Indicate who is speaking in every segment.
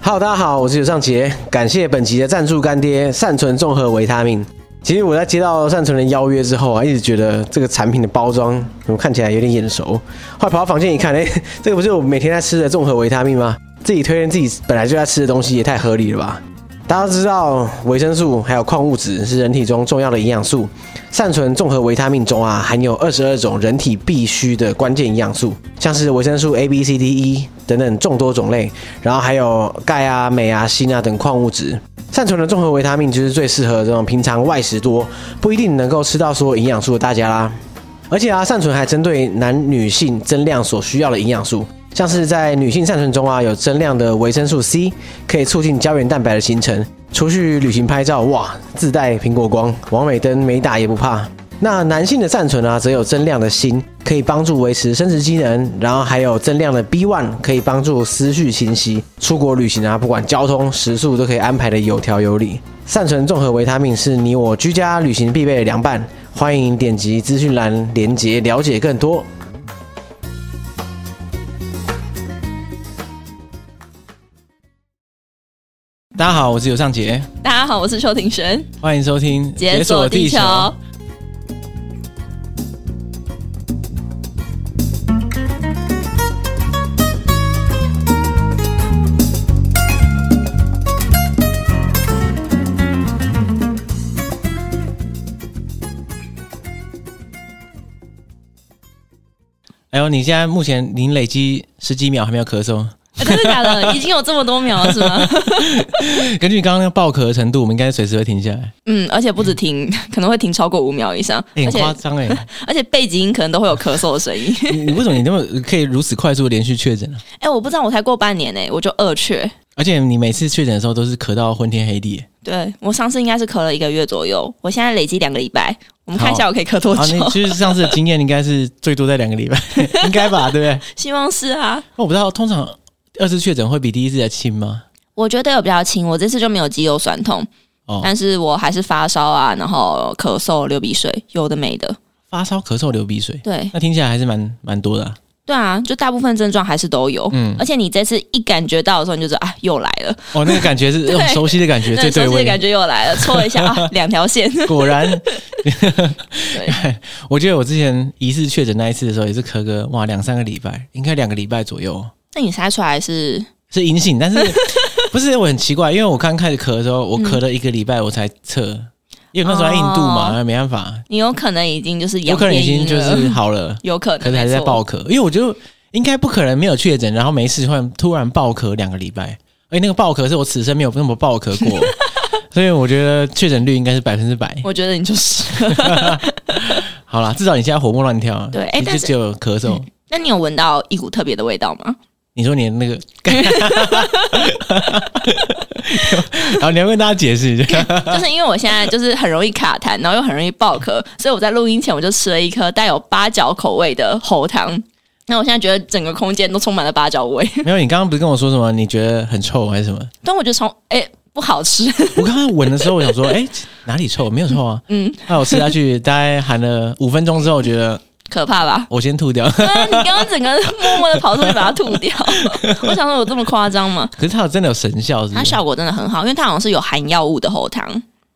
Speaker 1: Hello，大家好，我是尤尚杰，感谢本集的赞助干爹善存综合维他命。其实我在接到善存的邀约之后啊，一直觉得这个产品的包装怎么看起来有点眼熟，后来跑到房间一看，哎、这个不是我每天在吃的综合维他命吗？自己推荐自己本来就在吃的东西，也太合理了吧？大家都知道，维生素还有矿物质是人体中重要的营养素。善存综合维他命中啊，含有二十二种人体必需的关键营养素，像是维生素 A、B、C、D、E 等等众多种类，然后还有钙啊、镁啊、锌啊等矿物质。善存的综合维他命就是最适合这种平常外食多、不一定能够吃到所有营养素的大家啦。而且啊，善存还针对男女性增量所需要的营养素，像是在女性善存中啊，有增量的维生素 C，可以促进胶原蛋白的形成。出去旅行拍照，哇，自带苹果光，王美灯没打也不怕。那男性的善存啊，则有增量的锌，可以帮助维持生殖机能，然后还有增量的 B1，可以帮助思绪清晰。出国旅行啊，不管交通、食宿都可以安排的有条有理。善存综合维他命是你我居家旅行必备的凉拌，欢迎点击资讯栏连结了解更多。大家好，我是尤尚杰，
Speaker 2: 大家好，我是邱庭轩，
Speaker 1: 欢迎收听《
Speaker 2: 解锁地球。
Speaker 1: 哎呦，你现在目前您累积十几秒还没有咳嗽？
Speaker 2: 啊真的假 的？已经有这么多秒了是吗？
Speaker 1: 根据刚刚那个爆咳的程度，我们应该随时会停下来。
Speaker 2: 嗯，而且不止 停，可能会停超过五秒以上，
Speaker 1: 哎
Speaker 2: 而
Speaker 1: 很夸
Speaker 2: 且
Speaker 1: 张哎！
Speaker 2: 而且背景音可能都会有咳嗽的声音。
Speaker 1: 你你为什么你那么可以如此快速地连续确诊啊？
Speaker 2: 哎、我不知道，我才过半年呢、我就二确。
Speaker 1: 而且你每次确诊的时候都是咳到昏天黑地。
Speaker 2: 对我上次应该是咳了一个月左右，我现在累积两个礼拜，我们看一
Speaker 1: 好
Speaker 2: 下我可以咳多
Speaker 1: 好，啊你
Speaker 2: 久。
Speaker 1: 就是上次的经验应该是最多在两个礼拜， 应该吧？对不对？
Speaker 2: 希望是啊，
Speaker 1: 那我不知道，通常二次确诊会比第一次还轻吗？
Speaker 2: 我觉得有比较轻，我这次就没有肌肉酸痛，
Speaker 1: 哦，
Speaker 2: 但是我还是发烧啊，然后咳嗽、流鼻水，有的没的。
Speaker 1: 发烧、咳嗽、流鼻水，
Speaker 2: 对，
Speaker 1: 那听起来还是蛮蛮多的啊、
Speaker 2: 对啊，就大部分症状还是都有。
Speaker 1: 嗯
Speaker 2: 而且你这次一感觉到的时候，你就知道啊，又来了，
Speaker 1: 哦，那个感觉是
Speaker 2: 对
Speaker 1: 哦熟悉的感觉，
Speaker 2: 那
Speaker 1: 最
Speaker 2: 个
Speaker 1: 对
Speaker 2: 熟悉的
Speaker 1: 味。
Speaker 2: 感觉又来 了，搓一下啊，两条线。
Speaker 1: 果然， 我记得我之前疑似确诊那一次的时候，也是咳个哇两三个礼拜，应该两个礼拜左右
Speaker 2: 那你筛出来是
Speaker 1: 是阴性，但 是不是我很奇怪，因为我刚开始咳的时候，我
Speaker 2: 嗯
Speaker 1: 咳了一个礼拜我才测，因为那时候在印度
Speaker 2: 哦
Speaker 1: 嘛，没办法，
Speaker 2: 你有可能已经就是
Speaker 1: 有
Speaker 2: 阳
Speaker 1: 可能已
Speaker 2: 偏
Speaker 1: 经
Speaker 2: 阴
Speaker 1: 就
Speaker 2: 了
Speaker 1: 是好了，
Speaker 2: 有可能，
Speaker 1: 可是还是在
Speaker 2: 没错
Speaker 1: 爆咳，因为我就应该不可能没有确诊，然后没事突然突然爆咳两个礼拜，而且那个爆咳是我此生没有那么爆咳 过，所以我觉得确诊率应该是百分之百。
Speaker 2: 我觉得你就是。
Speaker 1: 好啦，至少你现在活蹦乱跳，啊
Speaker 2: 对哎
Speaker 1: 你就
Speaker 2: 但是嗯
Speaker 1: 只有咳嗽。
Speaker 2: 那你有闻到一股特别的味道 吗？
Speaker 1: 你说你的那个， 然后你要跟大家解释一 下，
Speaker 2: 就是因为我现在就是很容易卡痰，然后又很容易爆咳，所以我在录音前我就吃了一颗带有八角口味的喉糖。那我现在觉得整个空间都充满了八角味，
Speaker 1: 没有？你刚刚不是跟我说什么？你觉得很臭还是什么？
Speaker 2: 但我觉得从哎、不好吃，
Speaker 1: 我刚刚闻的时候，我想说，哎、哪里臭？没有臭啊。嗯，那我吃下去，大概含了五分钟之后，我觉得
Speaker 2: 可怕吧？
Speaker 1: 我先吐掉。
Speaker 2: 啊！你刚刚整个默默的跑出去把它 吐掉，我想说有这么夸张吗？
Speaker 1: 可是它有真的有神效是
Speaker 2: 它
Speaker 1: 不是？
Speaker 2: 效果真的很好，因为它好像是有含药物的喉糖，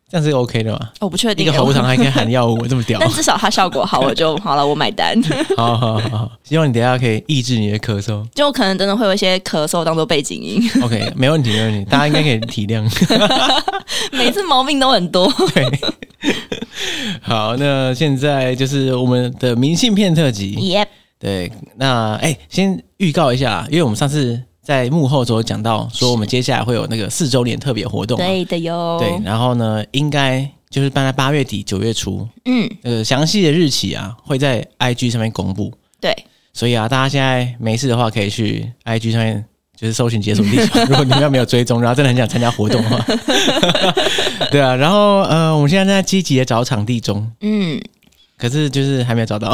Speaker 1: 这样是 OK 的吗？
Speaker 2: 我不确
Speaker 1: 哦一
Speaker 2: 定
Speaker 1: 个
Speaker 2: 有
Speaker 1: 喉糖，还可以含药物，这么 屌！
Speaker 2: 但至少它效果好，我就好了，我买单。
Speaker 1: 好好好好，希望你等一下可以抑制你的咳嗽。
Speaker 2: 就可能真的会有一些咳嗽当做背 景音，
Speaker 1: OK，没问题，没问题，大家应该可以体 谅。
Speaker 2: 每次毛病都很多。
Speaker 1: 好，那现在就是我们的明信片特辑。
Speaker 2: Yep，
Speaker 1: 对，那哎、先预告一下，因为我们上次在幕后的时候讲到，说我们接下来会有那个四周年特别活动嘛。
Speaker 2: 对的哟。
Speaker 1: 对，然后呢，应该就是办在八月底九月初，
Speaker 2: 嗯，
Speaker 1: 呃，详细的日期啊会在 IG 上面公布。
Speaker 2: 对，
Speaker 1: 所以啊，大家现在没事的话，可以去 IG 上面就是搜寻解锁地 球。如果你们要没有追踪，然后真的很想参加活动的 话，对啊。然后呃，我们现在正在积极的找场地中，
Speaker 2: 嗯，
Speaker 1: 可是就是还没有找到。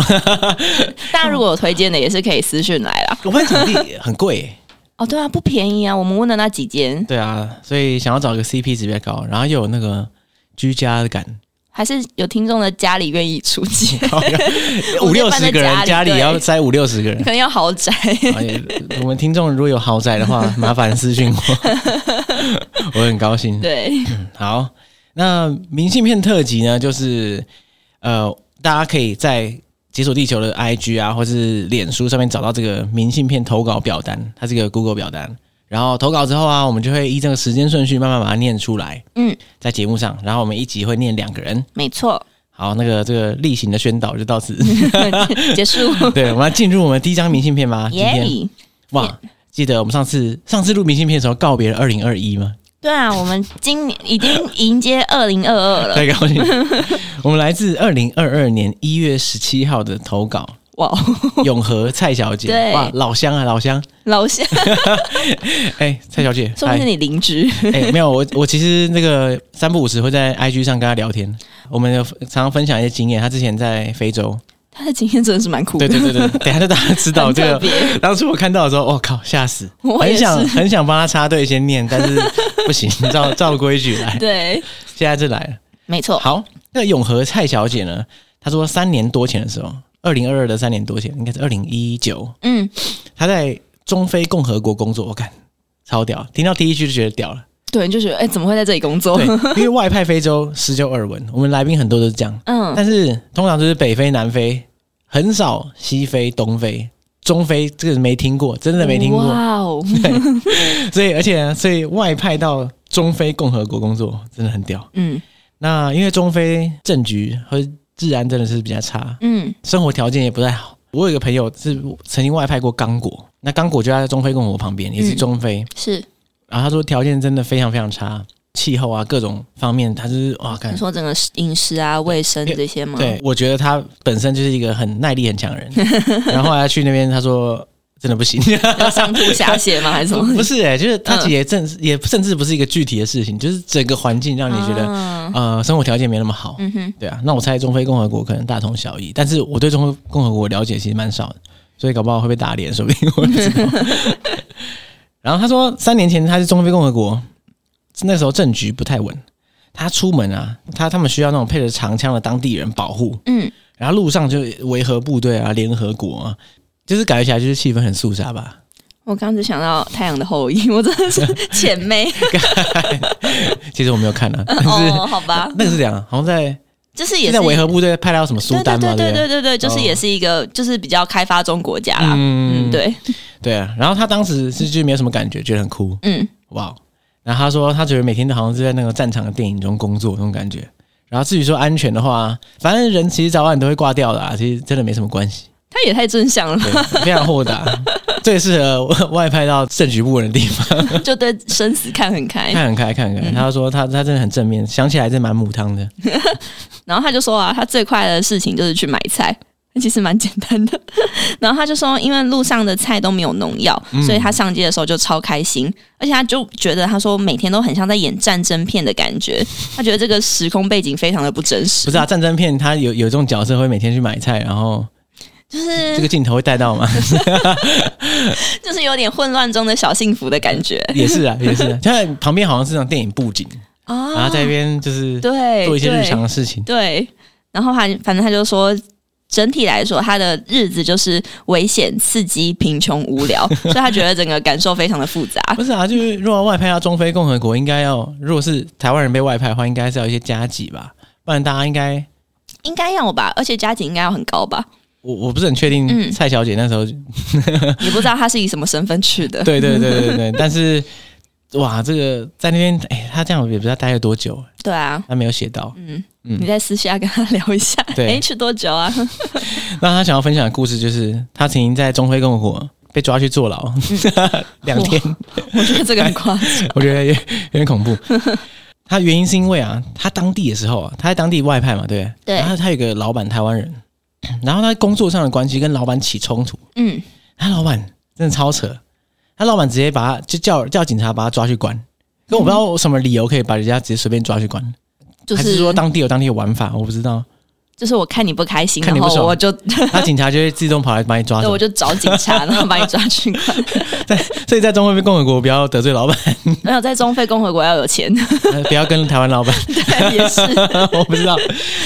Speaker 2: 大家如果有推荐的，也是可以私讯来 啦。
Speaker 1: 我发现场地很贵耶，
Speaker 2: 哦，对啊，不便宜啊，我们问的那几间
Speaker 1: 对啊，所以想要找一个 CP 值比较高，然后又有那个居家的感，
Speaker 2: 还是有听众的家里愿意出 借，
Speaker 1: 五六十个人
Speaker 2: 我
Speaker 1: 家
Speaker 2: 家
Speaker 1: 里
Speaker 2: 里
Speaker 1: 也要塞五六十个人
Speaker 2: 可。能要豪宅。
Speaker 1: 哎我们听众如果有豪宅的话，麻烦私信我， 我很高兴。
Speaker 2: 对，
Speaker 1: 好，那明信片特辑呢，就是呃，大家可以在解锁地球的 IG 啊，或是脸书上面找到这个明信片投稿表单，它是一个 Google 表单。然后投稿之后啊，我们就会依这个时间顺序慢慢把它念出来，
Speaker 2: 嗯，
Speaker 1: 在节目上。然后我们一集会念两个人。
Speaker 2: 没错，
Speaker 1: 好，那个这个例行的宣导就到 此。
Speaker 2: 结束。
Speaker 1: 对，我们要进入我们第一张明信片吧。今
Speaker 2: 耶、
Speaker 1: 天哇，记得我们上次上次录明信片的时候告别了二零二一吗？
Speaker 2: 对啊，我们今年已经迎接二零二二了，
Speaker 1: 太高兴了！我们来自二零二二年一月十七号的投 稿，
Speaker 2: 哇，哦
Speaker 1: 永和蔡小姐，
Speaker 2: 对
Speaker 1: 哇，老乡啊，老乡！
Speaker 2: 老乡，
Speaker 1: 哎、蔡小姐，
Speaker 2: 说不定是你邻居，
Speaker 1: 嗨哎、没有我，我其实那个三不五时会在 IG 上跟她聊天，我们有常常分享一些经验。她之前在非洲，
Speaker 2: 他的经验真的是蛮酷的，
Speaker 1: 对对对对，等一下就大家知道
Speaker 2: 很
Speaker 1: 这
Speaker 2: 特
Speaker 1: 个。
Speaker 2: 别。
Speaker 1: 当初我看到的时候，我、哦靠，吓死！
Speaker 2: 我
Speaker 1: 很
Speaker 2: 也是
Speaker 1: 想很想帮她插队先念，但是不行，照照规矩来。
Speaker 2: 对，
Speaker 1: 现在就来了。
Speaker 2: 没错，
Speaker 1: 好，那个永和蔡小姐呢？她说三年多前的时候，二零二二的三年多前，应该是二零一九，
Speaker 2: 嗯，
Speaker 1: 她在中非共和国工作，我看超屌，听到第一句就觉得屌了。
Speaker 2: 对，就觉得哎、怎么会在这里工作
Speaker 1: 对？，因为外派非洲十九耳闻，我们来宾很多都是这样，
Speaker 2: 嗯，
Speaker 1: 但是通常就是北非、南非，很少西非、东非。中非这个没听过，真的没听过，
Speaker 2: 哇哦，
Speaker 1: 所以而且呢所以外派到中非共和国工作真的很屌。
Speaker 2: 嗯
Speaker 1: 那因为中非政局和治安真的是比较差，
Speaker 2: 嗯，
Speaker 1: 生活条件也不太好。我有一个朋友是曾经外派过刚果，那刚果就在中非共和国旁边，也是中非。
Speaker 2: 是
Speaker 1: 然后他说条件真的非常非常差，气候啊各种方面，他就是哇，看
Speaker 2: 你说整个饮食啊、卫生这些吗？
Speaker 1: 对，，我觉得他本身就是一个很耐力很强的 人。然后后来他去那边，他说真的不行，
Speaker 2: 要上吐下泻吗？还是什么？
Speaker 1: 不是哎、就是他其实
Speaker 2: 嗯
Speaker 1: 也正、也甚至不是一个具体的事情，就是整个环境让你觉得、
Speaker 2: 啊
Speaker 1: 呃生活条件没那么好。
Speaker 2: 嗯哼，
Speaker 1: 对啊，那我猜中非共和国可能大同小异，但是我对中非共和国了解其实蛮少的，所以搞不好会被打脸，说不定我也不知道。然后他说，三年前他是中非共和国，那时候政局不太稳，他出门啊，他他们需要那种配着长枪的当地人保护，
Speaker 2: 嗯，
Speaker 1: 然后路上就维和部队啊、联合国啊，就是感觉起来就是气氛很肃杀吧。
Speaker 2: 我刚只想到《太阳的后裔》，我真的是 浅妹。
Speaker 1: 其实我没有看啊，但是、
Speaker 2: 哦，好吧，
Speaker 1: 那个是这样，好像在
Speaker 2: 就是也
Speaker 1: 现
Speaker 2: 是
Speaker 1: 在维和部队派到什么苏丹嘛，
Speaker 2: 对
Speaker 1: 不
Speaker 2: 对
Speaker 1: 哦
Speaker 2: 对对对，哦就是也是一个就是比较开发中国家啦。
Speaker 1: 嗯
Speaker 2: 嗯，对，
Speaker 1: 对啊，然后他当时是就没有什么感觉，觉得很酷，
Speaker 2: 嗯，
Speaker 1: 哇、然后他说他觉得每天都好像是在那个战场的电影中工作那种感觉。然后至于说安全的话，反正人其实早晚都会挂掉的、啊，其实真的没什么关系。
Speaker 2: 他也太正向了，
Speaker 1: 对，非常豁达，最适合外派到政局不稳的地方，
Speaker 2: 就对生死看很开。
Speaker 1: 看很开，看很
Speaker 2: 嗯
Speaker 1: 开。他说他他真的很正面，想起来真蛮母汤的。
Speaker 2: 然后他就说啊，他最快乐的事情就是去买菜，其实蛮简单的。 然后他就说，因为路上的菜都没有农药，
Speaker 1: 嗯
Speaker 2: 所以他上街的时候就超开心，而且他就觉得他说每天都很像在演战争片的感觉，他觉得这个时空背景非常的不真实，
Speaker 1: 不是啊，战争片他有有这种角色会每天去买菜，然后
Speaker 2: 就是
Speaker 1: 这个镜头会带到 吗？
Speaker 2: 就是有点混乱中的小幸福的感觉
Speaker 1: 也是啊，也是、啊。他旁边好像是那种电影布景，
Speaker 2: 啊
Speaker 1: 然后在那边就是
Speaker 2: 对
Speaker 1: 做一些日
Speaker 2: 对
Speaker 1: 常的事情。
Speaker 2: 对，然后他反正他就说。整体来说，他的日子就是危险、刺激、贫穷、无聊， 所以他觉得整个感受非常的复杂。
Speaker 1: 不是啊，就是如果外派到中非共和国，应该要如果是台湾人被外派的话，应该是要一些加急吧，不然大家应该
Speaker 2: 应该要吧，而且家境应该要很高吧？
Speaker 1: 我我不是很确定
Speaker 2: 嗯
Speaker 1: 蔡小姐那时候，
Speaker 2: 也不知道他是以什么身份去的。
Speaker 1: 对对对对对，但是哇，这个在那边哎，她这样也不知道待了多久，
Speaker 2: 对啊，
Speaker 1: 她没有写到。
Speaker 2: 嗯
Speaker 1: 嗯
Speaker 2: 你在私下跟他聊一下，
Speaker 1: 对
Speaker 2: 哎，去多久啊？
Speaker 1: 那她想要分享的故事就是，她曾经在中非共和国被抓去坐牢
Speaker 2: 嗯
Speaker 1: 两天，
Speaker 2: 我觉得这个很夸 张。
Speaker 1: 我觉得有有点恐 怖。她原因是因为啊，她当地的时候啊，她在当地外派嘛，对不
Speaker 2: 对
Speaker 1: 然后她有个老板台湾人，然后她工作上的关系跟老板起冲突，
Speaker 2: 嗯，
Speaker 1: 他老板真的超扯，他老板直接把他就叫叫警察把他抓去关，可我不知道什么理由可以把人家直接随便抓去关，
Speaker 2: 嗯就
Speaker 1: 还是说当地有当地的玩法，我不知道。
Speaker 2: 就是我看你不开心，
Speaker 1: 看
Speaker 2: 然
Speaker 1: 你不
Speaker 2: 后
Speaker 1: 爽
Speaker 2: 我就
Speaker 1: 那警察就会自动跑来把你抓
Speaker 2: 对
Speaker 1: 走
Speaker 2: 我。就找警察，然后把你抓去关。
Speaker 1: 所以在中华人民共和国不要得罪老板，
Speaker 2: 没有在中非共和国要有钱，
Speaker 1: 不要跟台湾老板。
Speaker 2: 对，也 是。
Speaker 1: 我不知道，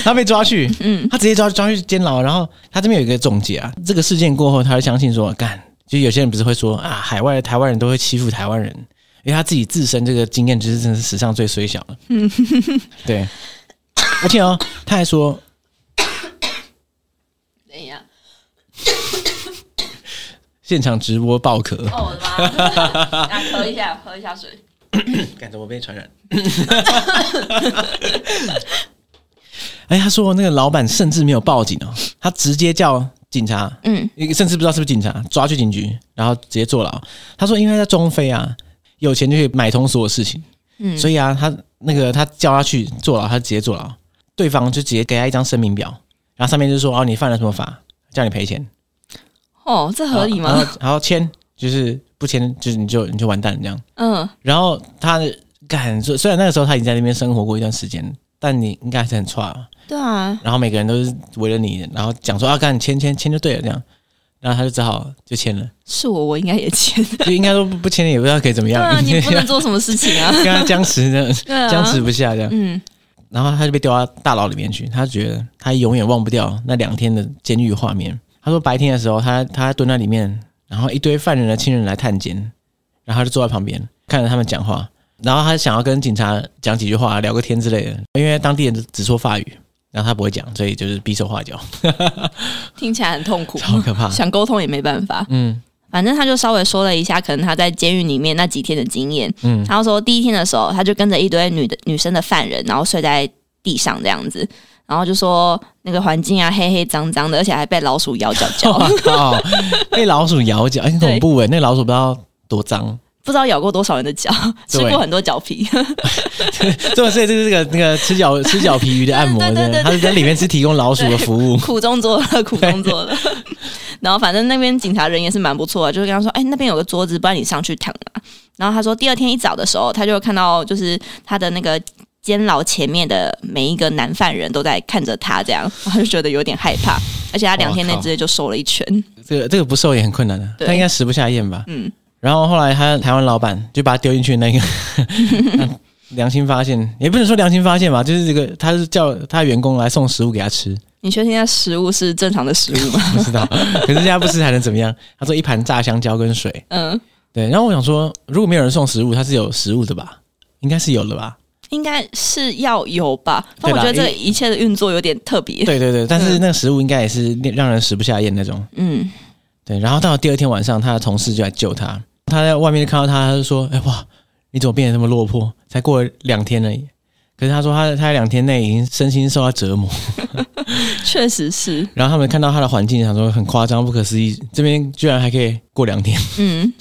Speaker 1: 他被抓去，嗯，他直接抓抓去监牢，然后他这边有一个总结啊，这个事件过后，他会相信说，干，就有些人不是会说啊，海外的台湾人都会欺负台湾人，因为他自己自身这个经验就是真的是史上最衰小了，嗯，对，而且哦，他还说，
Speaker 2: 等一下，
Speaker 1: 现场直播爆咳，
Speaker 2: 哦，我的妈！来喝一下，喝一下水。
Speaker 1: 干怎么被传染？ 哎，他说那个老板甚至没有报警哦，他直接叫警察，
Speaker 2: 嗯，
Speaker 1: 一个甚至不知道是不是警察，抓去警局，然后直接坐牢。他说，因为在中非啊，有钱就可以买通所有事情，
Speaker 2: 嗯
Speaker 1: 所以啊，他那个他叫他去坐牢，他直接坐牢，对方就直接给他一张声明表，然后上面就说哦，你犯了什么法，叫你赔钱，
Speaker 2: 哦，这合理
Speaker 1: 然
Speaker 2: 吗？
Speaker 1: 后然后签，就是不签，就是你就你就完蛋了这样。
Speaker 2: 嗯，
Speaker 1: 然后他感虽虽然那个时候他已经在那边生活过一段时间，但你应该还是很差嘛。
Speaker 2: 对啊，
Speaker 1: 然后每个人都是围着你，然后讲说啊，干你签签签就对了这样。然后他就只好就签了，
Speaker 2: 是我，我应该也 欠。
Speaker 1: 就应该说不不签也不知道可以怎么
Speaker 2: 对
Speaker 1: 样，
Speaker 2: 啊，你不能
Speaker 1: 跟
Speaker 2: 做什么事情啊。
Speaker 1: 他僵持这样，
Speaker 2: 对啊，
Speaker 1: 僵持不下这样。
Speaker 2: 嗯，
Speaker 1: 然后他就被丢到大牢里面去，他觉得他永远忘不掉那两天的监狱画面。他说白天的时候，他他蹲在里面，然后一堆犯人的亲人来探监，然后他就坐在旁边看着他们讲话，然后他想要跟警察讲几句话，聊个天之类的，因为当地人只说法语，然后他不会讲，所以就是比手画脚，
Speaker 2: 听起来很痛苦，
Speaker 1: 超可 怕。
Speaker 2: 想沟通也没办法。
Speaker 1: 嗯
Speaker 2: 反正他就稍微说了一下，可能他在监狱里面那几天的经验。
Speaker 1: 嗯
Speaker 2: 他说第一天的时候，他就跟着一堆女的女生的犯人，然后睡在地上这样子，然后就说那个环境啊黑黑脏脏的，而且还被老鼠咬脚 脚，
Speaker 1: 我靠，哦被老鼠咬 脚，哎、很恐怖哎，那老鼠不知道多脏。
Speaker 2: 不知道咬过多少人的脚，吃
Speaker 1: 对
Speaker 2: 过很多脚皮。
Speaker 1: 对，所以这是这个那个吃脚吃脚皮鱼的按摩，
Speaker 2: 对对对对
Speaker 1: 他是在里面是提供老鼠的服务。
Speaker 2: 苦中作乐，苦中 作乐。然后反正那边警察人也是蛮不错的，就是跟他说，哎，那边有个桌子，不然你上去躺啊。然后他说，第二天一早的时候，他就看到就是他的那个监牢前面的每一个男犯人都在看着他，这样，然后他就觉得有点害怕，而且他两天内
Speaker 1: 哇靠
Speaker 2: 直接就瘦了一圈。
Speaker 1: 这个这个不瘦也很困难的、啊，
Speaker 2: 对
Speaker 1: 他应该食不下咽吧？
Speaker 2: 嗯，
Speaker 1: 然后后来他台湾老板就把他丢进去那 个他良心发现，也不能说良心发现吧，就是这个他是叫他员工来送食物给他吃，
Speaker 2: 你确定那食物是正常的食物 吗？
Speaker 1: 不 知道，可是人家不吃还能怎么样？他说一盘炸香蕉跟水，
Speaker 2: 嗯，
Speaker 1: 对。然后我想说，如果没有人送食物，他是有食物的吧？应该是有的吧？
Speaker 2: 应该是要有吧。但
Speaker 1: 对
Speaker 2: 我
Speaker 1: 啦
Speaker 2: 觉得这一切的运作有点特别。
Speaker 1: 对对对，但是那个食物应该也是令让人食不下咽那种。
Speaker 2: 嗯，
Speaker 1: 对，然后到了第二天晚上，他的同事就来救他。他在外面就看到他，他就说：“哎哇，你怎么变得这么落魄？才过了两天而已。”可是他说他他在两天内已经身心受到折磨。
Speaker 2: 确实是。
Speaker 1: 然后他们看到他的环境，想说很夸张、不可思议，这边居然还可以过两天。
Speaker 2: 嗯，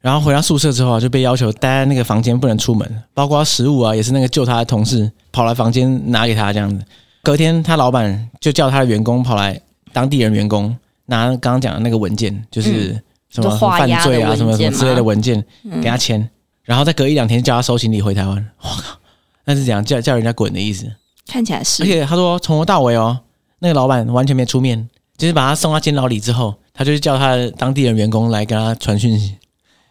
Speaker 1: 然后回到宿舍之后啊，就被要求待在那个房间不能出门，包括食物啊，也是那个救他的同事跑来房间拿给他这样子。隔天他老板就叫他的员工跑来，当地人员工拿刚刚讲的那个文件，就是什么
Speaker 2: 就画
Speaker 1: 犯
Speaker 2: 押的
Speaker 1: 罪啊、
Speaker 2: 文
Speaker 1: 什么什
Speaker 2: 件
Speaker 1: 么
Speaker 2: 嘛
Speaker 1: 之类的文件
Speaker 2: 嗯
Speaker 1: 给他签，然后再隔一两天叫他收行李回台湾。我靠，那是讲叫叫人家滚的意思。
Speaker 2: 看起来是
Speaker 1: 而。且他说从头到尾哦，那个老板完全没出面，就是把他送到监牢里之后，他就是叫他的当地人员工来跟他传讯息。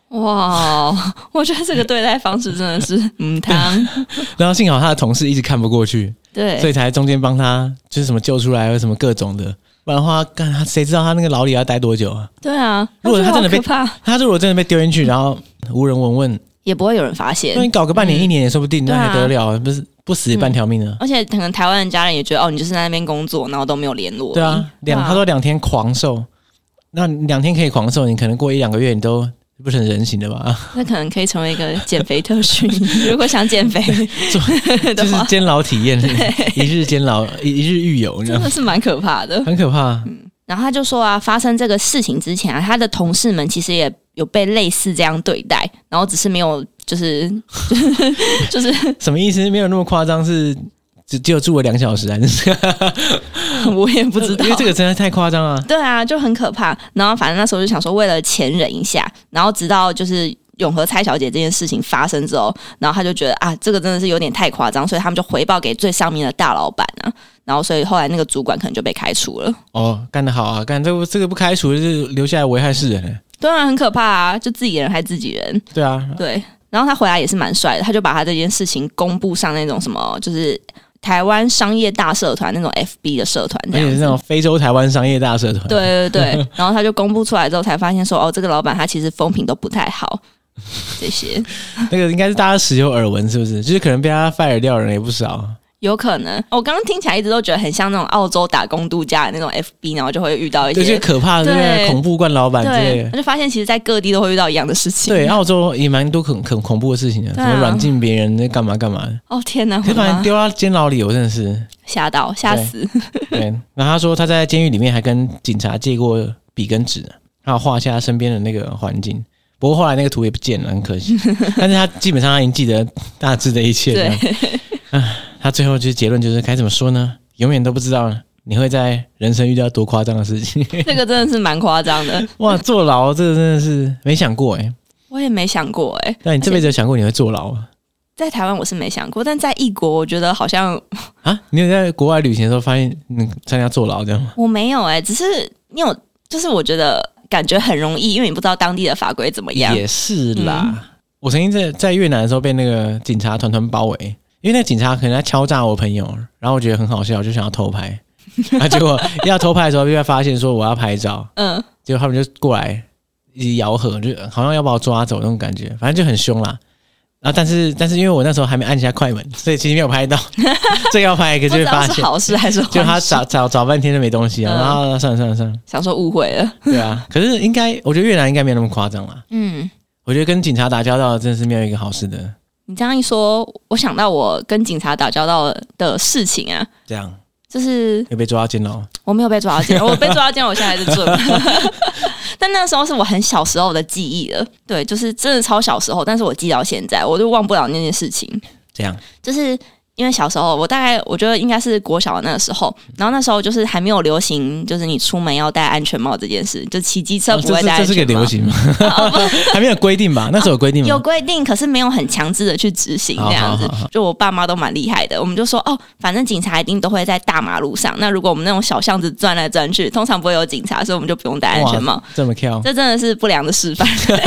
Speaker 2: 哇，我觉得这个对待方式真的是嗯汤，
Speaker 1: 然后幸好他的同事一直看不过去，所
Speaker 2: 对，
Speaker 1: 以才中间帮他就是什么救出来，或什么各种的。不然的话，干他谁知道他那个牢里要待多久啊？
Speaker 2: 对啊。
Speaker 1: 如果他真的被
Speaker 2: 我觉得好可怕，
Speaker 1: 他如果真的被丢进去，然后无人闻问，
Speaker 2: 也不会有人发现
Speaker 1: 那。你搞个半年、
Speaker 2: 嗯
Speaker 1: 一年也说不定，
Speaker 2: 对
Speaker 1: 那
Speaker 2: 啊嗯
Speaker 1: 还得了？不是不死也半条命啊！
Speaker 2: 而且可能台湾人家人也觉得，哦，你就是在那边工作，然后都没有联络。
Speaker 1: 对啊，两他说两天狂瘦，那你两天可以狂瘦，你可能过一两个月你都不成人形的 吧？
Speaker 2: 那可能可以成为一个减肥 特训。如果想减肥
Speaker 1: 就
Speaker 2: 的
Speaker 1: 是
Speaker 2: 话，
Speaker 1: 监牢体验， 一日监牢，一一日狱友，你知道
Speaker 2: 真
Speaker 1: 吗
Speaker 2: 的？是嗯蛮可怕的。
Speaker 1: 很可怕。
Speaker 2: 然后他就说啊，发生这个事情之前啊，他的同事们其实也有被类似这样对待，然后只是没有，就是就是 就是，
Speaker 1: 什么意思？没有那么夸张，是只只有住了两小时还是？
Speaker 2: 我也不知道
Speaker 1: 因为。这个真的太夸张了。
Speaker 2: 啊对啊，就很可怕。然后反正那时候就想说，为了钱忍一下，然后直到就是永和蔡小姐这件事情发生之后，然后他就觉得啊，这个真的是有点太夸张，所以他们就回报给最上面的大老板啊，然后所以后来那个主管可能就被开除了。
Speaker 1: 哦，干得好啊！干这个这个不开除就是留下来危害世人欸。
Speaker 2: 对啊，很可怕啊，就自己人害自己人。
Speaker 1: 对啊，
Speaker 2: 对，然后他回来也是蛮帅的，他就把他这件事情公布上那种什么，就是台湾商业大社团那种 FB 的社团
Speaker 1: 而
Speaker 2: 这
Speaker 1: 且
Speaker 2: 样
Speaker 1: 是
Speaker 2: 子
Speaker 1: 那。种非洲台湾商业大社团。，
Speaker 2: 对对对，然后他就公布出来之后，才发现说，哦，这个老板他其实风评都不太好， 这些
Speaker 1: 那个应该是大家时有耳闻，是不是？就是可能被他 fire 掉的人也不少。
Speaker 2: 有可能。哦我刚刚听起来一直都觉得很像那种澳洲打工度假的那种 FB，然后就会遇到一
Speaker 1: 这些
Speaker 2: 些
Speaker 1: 可怕的
Speaker 2: 对
Speaker 1: 那个恐怖惯老板之类
Speaker 2: 对，他
Speaker 1: 的。
Speaker 2: 就发现其实，在各地都会遇到一样的事情。
Speaker 1: 对，啊澳洲也蛮多恐恐恐怖的事情的，
Speaker 2: 对
Speaker 1: 什
Speaker 2: 啊
Speaker 1: 么软禁别人那干嘛干嘛的，
Speaker 2: 哦天哪，
Speaker 1: 可是
Speaker 2: 我的
Speaker 1: 把
Speaker 2: 妈
Speaker 1: 人丢到监牢里，我真的是。
Speaker 2: 吓到吓
Speaker 1: 对
Speaker 2: 死，
Speaker 1: 对，然后他说他在监狱里面还跟警察借过笔跟纸，还有画下身边的那个环境。不过后来那个图也不见了，很可惜。但是他基本上他已经记得大致的一切。
Speaker 2: 对，
Speaker 1: 他最后就是结论就是该怎么说呢？永远都不知道你会在人生遇到多夸张的事情。
Speaker 2: 这个真的是蛮夸张的，
Speaker 1: 哇，坐牢这个真的是没想过哎、
Speaker 2: 我也没想过哎、
Speaker 1: 但你这辈子有想过你会坐牢吗？
Speaker 2: 在台湾我是没想过，但在异国，我觉得好像
Speaker 1: 啊，你有在国外旅行的时候发现你参加坐牢这样吗？
Speaker 2: 我没有哎、只是你有，就是我觉得感觉很容易，因为你不知道当地的法规怎么样。嗯
Speaker 1: 也是啦。我曾经在在越南的时候被那个警察团团包围，因为那警察可能在敲诈我朋友，然后我觉得很好笑，我就想要偷 拍，啊，结果要偷拍的时候，意外发现说我要拍照，
Speaker 2: 嗯，
Speaker 1: 结果他们就过来一直摇喝，就好像要把我抓走那种感觉，反正就很凶啦。然后但是但是因为我那时候还没按下快门， 所以其实没有拍到，这个要拍，可
Speaker 2: 不
Speaker 1: 是就会
Speaker 2: 知道
Speaker 1: 发
Speaker 2: 是
Speaker 1: 现。
Speaker 2: 好事还是坏事。
Speaker 1: 就他找找找半天都没东西啊，
Speaker 2: 嗯
Speaker 1: 然后算了算了算了，
Speaker 2: 想说误会了，
Speaker 1: 对啊，可是应该我觉得越南应该没有那么夸张啦，
Speaker 2: 嗯。
Speaker 1: 我觉得跟警察打交道真的是没有一个好事的。
Speaker 2: 你这样一说，我想到我跟警察打交道的事情啊，
Speaker 1: 这样
Speaker 2: 就是
Speaker 1: 又被抓到监牢，
Speaker 2: 我没有被抓到监 牢，我被抓到监牢，我现在还是准。 但那时候是我很小时候的记忆了，对，就是真的超小时候，但是我记到现在，我就忘不了那件事情。
Speaker 1: 这样
Speaker 2: 就是因为小时候，我大概我觉得应该是国小的那个时候，然后那时候就是还没有流行，就是你出门要戴安全帽这件事，就骑机车
Speaker 1: 哦
Speaker 2: 不会
Speaker 1: 这是
Speaker 2: 戴
Speaker 1: 这
Speaker 2: 安
Speaker 1: 是个
Speaker 2: 全帽。
Speaker 1: 流行 吗？
Speaker 2: 哦
Speaker 1: 还没有规定吧？那时候有规定
Speaker 2: 有
Speaker 1: 吗？
Speaker 2: 规定，可是没有很强制的去执行
Speaker 1: 好
Speaker 2: 这样子
Speaker 1: 好好好。
Speaker 2: 就我爸妈都蛮厉害的，我们就说哦，反正警察一定都会在大马路上。那如果我们那种小巷子转来转去，通常不会有警察，所以我们就不用戴安全帽。
Speaker 1: 这么跳，
Speaker 2: 这真的是不良的示范。对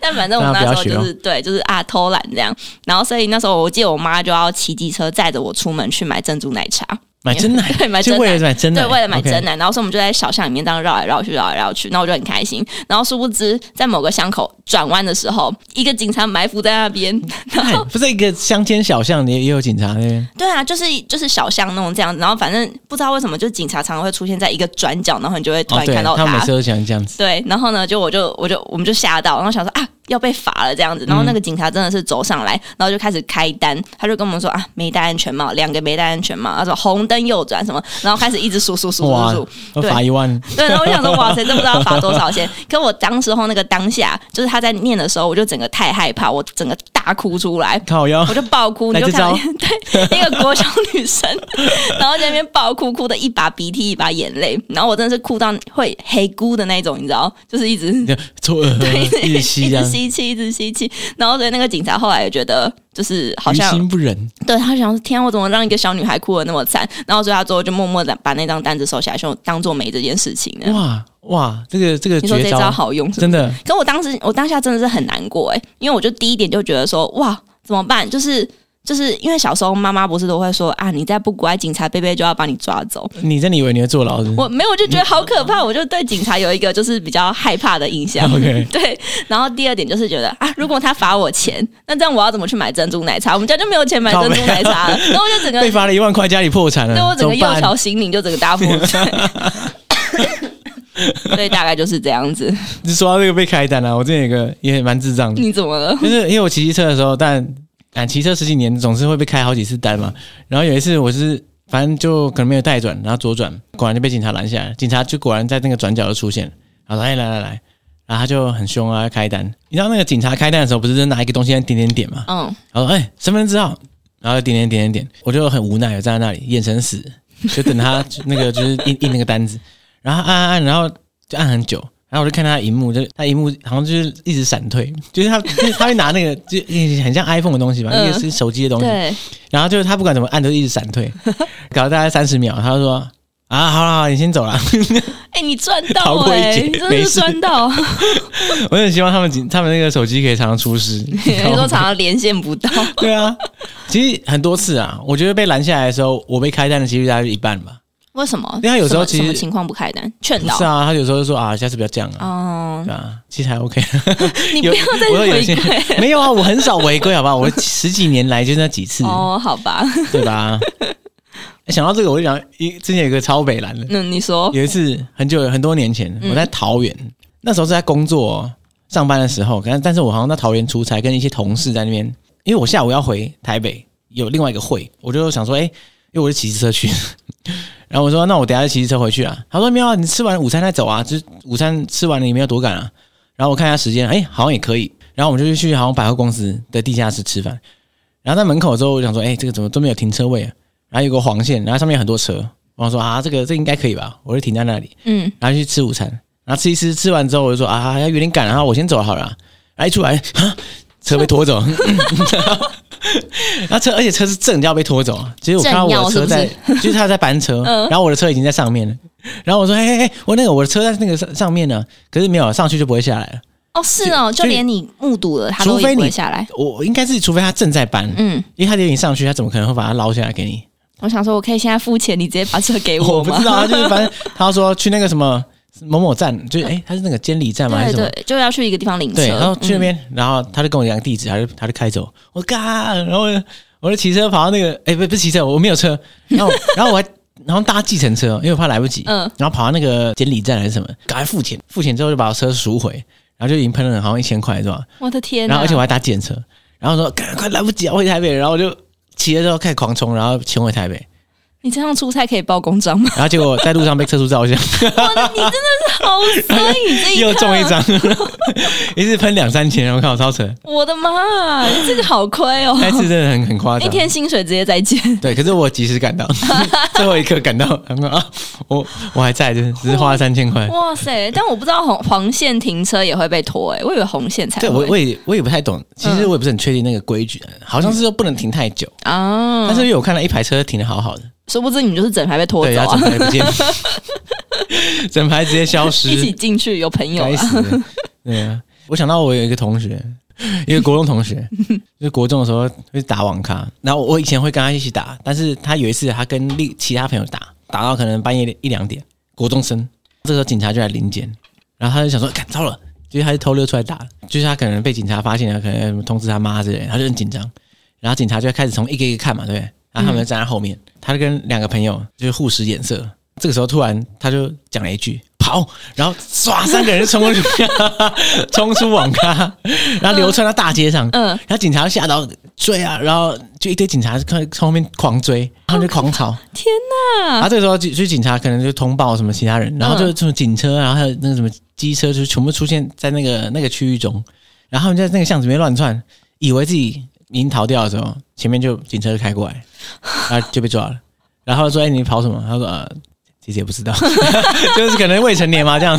Speaker 2: 但反正我那时
Speaker 1: 大
Speaker 2: 候
Speaker 1: 家
Speaker 2: 就
Speaker 1: 不要
Speaker 2: 是对，就是啊偷懒这样。然后所以那时候我记得我妈就要骑机车载着我出门去买珍珠奶茶，
Speaker 1: 买真奶，
Speaker 2: 对，买
Speaker 1: 就
Speaker 2: 珍
Speaker 1: 为
Speaker 2: 奶
Speaker 1: 了。买真奶，
Speaker 2: 对，为了买
Speaker 1: OK
Speaker 2: 真。奶然后所以我们就在小巷里面这样绕来绕去，绕来绕去，然后我就很开心。然后殊不知，在某个巷口转弯的时候，一个警察埋伏在那边。
Speaker 1: 看哎不是一个乡间小巷，也也有警察那边，
Speaker 2: 对啊，就是就是小巷弄这样子。然后反正不知道为什么，就是警察常常会出现在一个转角，然后你就会突
Speaker 1: 哦，
Speaker 2: 然
Speaker 1: 对，
Speaker 2: 看到
Speaker 1: 他们每次都喜欢这样子，
Speaker 2: 对，然后呢，就我就我就我们就吓到，然后想说啊要被罚了这样子，
Speaker 1: 嗯
Speaker 2: 然后那个警察真的是走上来，然后就开始开单，他就跟我们说啊没戴安全帽，两个没戴安全帽，他说红灯右转什么，然后开始一直数数数数
Speaker 1: 哇
Speaker 2: 数，，
Speaker 1: 要罚一万，
Speaker 2: 对，然后我想说哇塞，这不知道罚多少钱，可我当时候那个当下，就是他在念的时候，我就整个太害怕，我整个大哭出来，
Speaker 1: 靠腰
Speaker 2: 我，就爆哭，
Speaker 1: 来
Speaker 2: 你就
Speaker 1: 这
Speaker 2: 看到
Speaker 1: 招
Speaker 2: 对一个国小女生， 然后在那边爆哭，哭的一把鼻涕一把眼泪，然后我真的是哭到会黑咕的那种，你知道，就是一直
Speaker 1: 就错愕
Speaker 2: 对
Speaker 1: 一直吸这
Speaker 2: 一直
Speaker 1: 样，
Speaker 2: 吸气，一直吸气，然后所以那个警察后来也觉得就是好
Speaker 1: 于
Speaker 2: 像
Speaker 1: 心不忍，
Speaker 2: 对他想说天啊、我怎么让一个小女孩哭的那么惨，然后所以他最后就默默的把那张单子收起来，就当做没这件事情呢。
Speaker 1: 哇哇，这个这个
Speaker 2: 嗯你说这
Speaker 1: 绝
Speaker 2: 招
Speaker 1: 招
Speaker 2: 好用是不是
Speaker 1: 真的
Speaker 2: 可我当时我当下真的是很难过哎、因为我就第一点就觉得说，哇，怎么办？就是就是因为小时候妈妈不是都会说啊，你再不乖，警察贝贝就要把你抓走。
Speaker 1: 你真的以为你会坐牢是不是？
Speaker 2: 我没有，我就觉得好可怕，我就对警察有一个就是比较害怕的印象。
Speaker 1: 嗯 OK
Speaker 2: 对，然后第二点就是觉得啊，如果他罚我钱，那这样我要怎么去买珍珠奶茶？我们家就没有钱买珍珠奶 茶了，然后我就整个
Speaker 1: 被罚了一万块，家里破产了，
Speaker 2: 对我整个
Speaker 1: 怎么
Speaker 2: 幼
Speaker 1: 办
Speaker 2: 小心灵就整个大破 碎。所以大概就是这样子。
Speaker 1: 就说到这个被开单啊，我之前有一个也蛮智障的，
Speaker 2: 你怎么了？
Speaker 1: 就是因为我骑机车的时候，但啊骑车十几年总是会被开好几次单嘛。然后有一次我是反正就可能没有带转，然后左转，果然就被警察拦下来，警察就果然在那个转角就出现了，然后说哎来来来，然后他就很凶啊开单。你知道那个警察开单的时候不是就拿一个东西在点点点嘛，
Speaker 2: 嗯，
Speaker 1: 然后说哎身份证号，然后就点点点点点，我就很无奈，我站在那里眼神 死，就等他那个就是印印那个单子，然后按按按，然后就按很久，然后我就看他的荧幕，就他荧幕好像就是一直闪退，就是他就是他会拿那个就很像 iPhone 的东西吧，
Speaker 2: 嗯
Speaker 1: 一个是手机的东西，
Speaker 2: 对，
Speaker 1: 然后就是他不管怎么按都一直闪退，搞了大概三十秒，他就说 啊，好了好了，你先走了。
Speaker 2: 哎、你赚
Speaker 1: 逃
Speaker 2: 到
Speaker 1: 过一
Speaker 2: 哎、
Speaker 1: 劫
Speaker 2: 你真
Speaker 1: 没
Speaker 2: 的
Speaker 1: 事
Speaker 2: 是赚 到。
Speaker 1: 我很希望他们几他们那个手机可以常常出事，
Speaker 2: 你说常常连线不到，
Speaker 1: 对啊，其实很多次啊，我觉得被拦下来的时候，我被开单的几率大概是一半吧。
Speaker 2: 为什么？
Speaker 1: 因为他有时候其实
Speaker 2: 什么什么情况不开单，劝
Speaker 1: 不
Speaker 2: 导
Speaker 1: 是。啊，他有时候就说啊，下次不要这样啊，
Speaker 2: 哦，
Speaker 1: 对啊，其实还 OK。
Speaker 2: 你
Speaker 1: 有
Speaker 2: 不要再
Speaker 1: 我有有
Speaker 2: 违
Speaker 1: 些
Speaker 2: 规
Speaker 1: 没有啊，我很少违规，好不好？我十几年来就那几次，
Speaker 2: 哦，好吧。
Speaker 1: 对吧？想到这个，我就想，一之前有一个超北蓝的，
Speaker 2: 那你说，
Speaker 1: 有一次很久很多年前，我在桃园，那时候是在工作、上班的时候，但但是我好像在桃园出差，跟一些同事在那边，因为我下午要回台北，有另外一个会，我就想说，哎、因为我是骑车去， 然后我说，那我等一下就骑车回去啊。他说没有啊，你吃完午餐再走啊，就是午餐吃完了也没有多赶啊。然后我看一下时间，哎、好像也可以。然后我们就去好像百货公司的地下室吃饭，然后在门口之后，我想说，哎、这个怎么都没有停车位啊？然后有个黄线，然后上面有很多车，我想说啊，这个这应该可以吧？我就停在那里，
Speaker 2: 嗯，
Speaker 1: 然后去吃午餐，然后吃一吃，吃完之后我就说啊，有点赶，然后我先走好了啊。然后一出来，啊车被拖走， 然后车而且车是正要被拖走啊，其实我看到我的车在，
Speaker 2: 正
Speaker 1: 就是他在搬车，
Speaker 2: 嗯
Speaker 1: 然后我的车已经在上面了，然后我说嘿嘿嘿，我那个我的车在那个上上面呢，可是没有上去就不会下来了，
Speaker 2: 哦，是哦，
Speaker 1: 就
Speaker 2: 就连你目睹了，他
Speaker 1: 除
Speaker 2: 都
Speaker 1: 非
Speaker 2: 也不
Speaker 1: 你
Speaker 2: 会下来。
Speaker 1: 我我应该是除非他正在搬，
Speaker 2: 嗯，
Speaker 1: 因为他已经上去，他怎么可能会把它捞下来给你？
Speaker 2: 我想说，我可以现在付钱，你直接把车给
Speaker 1: 我不
Speaker 2: 吗？
Speaker 1: 知道，他就是 反正他说去那个什么某某站，就是哎、他是那个监理站吗？还是
Speaker 2: 对
Speaker 1: 什么？
Speaker 2: 对，就要去一个地方领车。
Speaker 1: 对，然后去那
Speaker 2: 嗯
Speaker 1: 边，然后他就跟我讲地址，他就他就开走，我嘎，然后我就骑车跑到那个，哎、不不是骑车，我没有车，然后 然后我还然后搭计程车，因为我怕来不及，
Speaker 2: 嗯
Speaker 1: 然后跑到那个监理站还是什么，赶快付钱，付钱之后就把我车赎回，然后就已经喷了好像一千块是吧？
Speaker 2: 我的天啊！
Speaker 1: 然后而且我还搭计程车，然后说赶快来不及啊，回台北，然后我就骑了之后开始狂冲，然后冲回台北，
Speaker 2: 你这样出差可以报公章吗？
Speaker 1: 然后结果在路上被车速照相。
Speaker 2: 哇，那你真的是好衰，你这一
Speaker 1: 又
Speaker 2: 刻
Speaker 1: 中一 张，一次喷两三千，然后看我超扯，
Speaker 2: 我的妈，你这个好亏哦！
Speaker 1: 那次真的很很哎夸
Speaker 2: 一
Speaker 1: 张。
Speaker 2: 天薪水直接再见，
Speaker 1: 对，可是我及时赶 到，最后一刻赶到，然后啊，我我还在，就是只是花了三千块。
Speaker 2: 哇塞！但我不知道红黄线停车也会被拖哎、我以为红线才
Speaker 1: 对我
Speaker 2: 会
Speaker 1: 我也我也不太懂，其实我也不是很确定那个规
Speaker 2: 嗯
Speaker 1: 矩，好像是说不能停太久，
Speaker 2: 啊
Speaker 1: 但，是因为我看到一排车停的好好的，
Speaker 2: 殊不知你们就是整排被拖
Speaker 1: 对，
Speaker 2: 走
Speaker 1: 然后
Speaker 2: 啊，
Speaker 1: 整排 不见，整排直接消
Speaker 2: 一起
Speaker 1: 失，
Speaker 2: 进去有朋 友
Speaker 1: 该
Speaker 2: 啊，
Speaker 1: 死 的。对啊，我想到我有一个同学，一个国中同 学，就是国中的时候会打网咖，然后我以前会跟他一起打，但是他有一次他跟另其他朋友打，打到可能半夜一两点，国中生，这时候警察就来临检，然后他就想说，赶糟了，就是他就偷溜出来打，就是他可能被警察发现了，可能通知他妈之类的，他就很紧张，然后警察就开始从一个一个看嘛，对不对？然后他们就站在后面，他就跟两个朋友就是互使眼色，这个时候突然他就讲了一句。跑，然后唰，三个人就冲过去，冲 出网咖，然后流窜到大街上。
Speaker 2: 嗯
Speaker 1: 然后警察吓到追啊，然后就一堆警察看从后面狂追，他们就狂吵。
Speaker 2: 天
Speaker 1: 然
Speaker 2: 哪！
Speaker 1: 啊后这个时候就就警察可能就通报什么其他人，然后就什么警车，啊然后还有那个什么机车，就全部出现在那个那个区域中。然后他们在那个巷子里面乱窜，以为自己已经逃掉的时候，前面就警车就开过来， 然后就被抓了。然后说：“哎、你跑什么？”他说：“呃，其实也不知道， 就是可能未成年嘛，这样。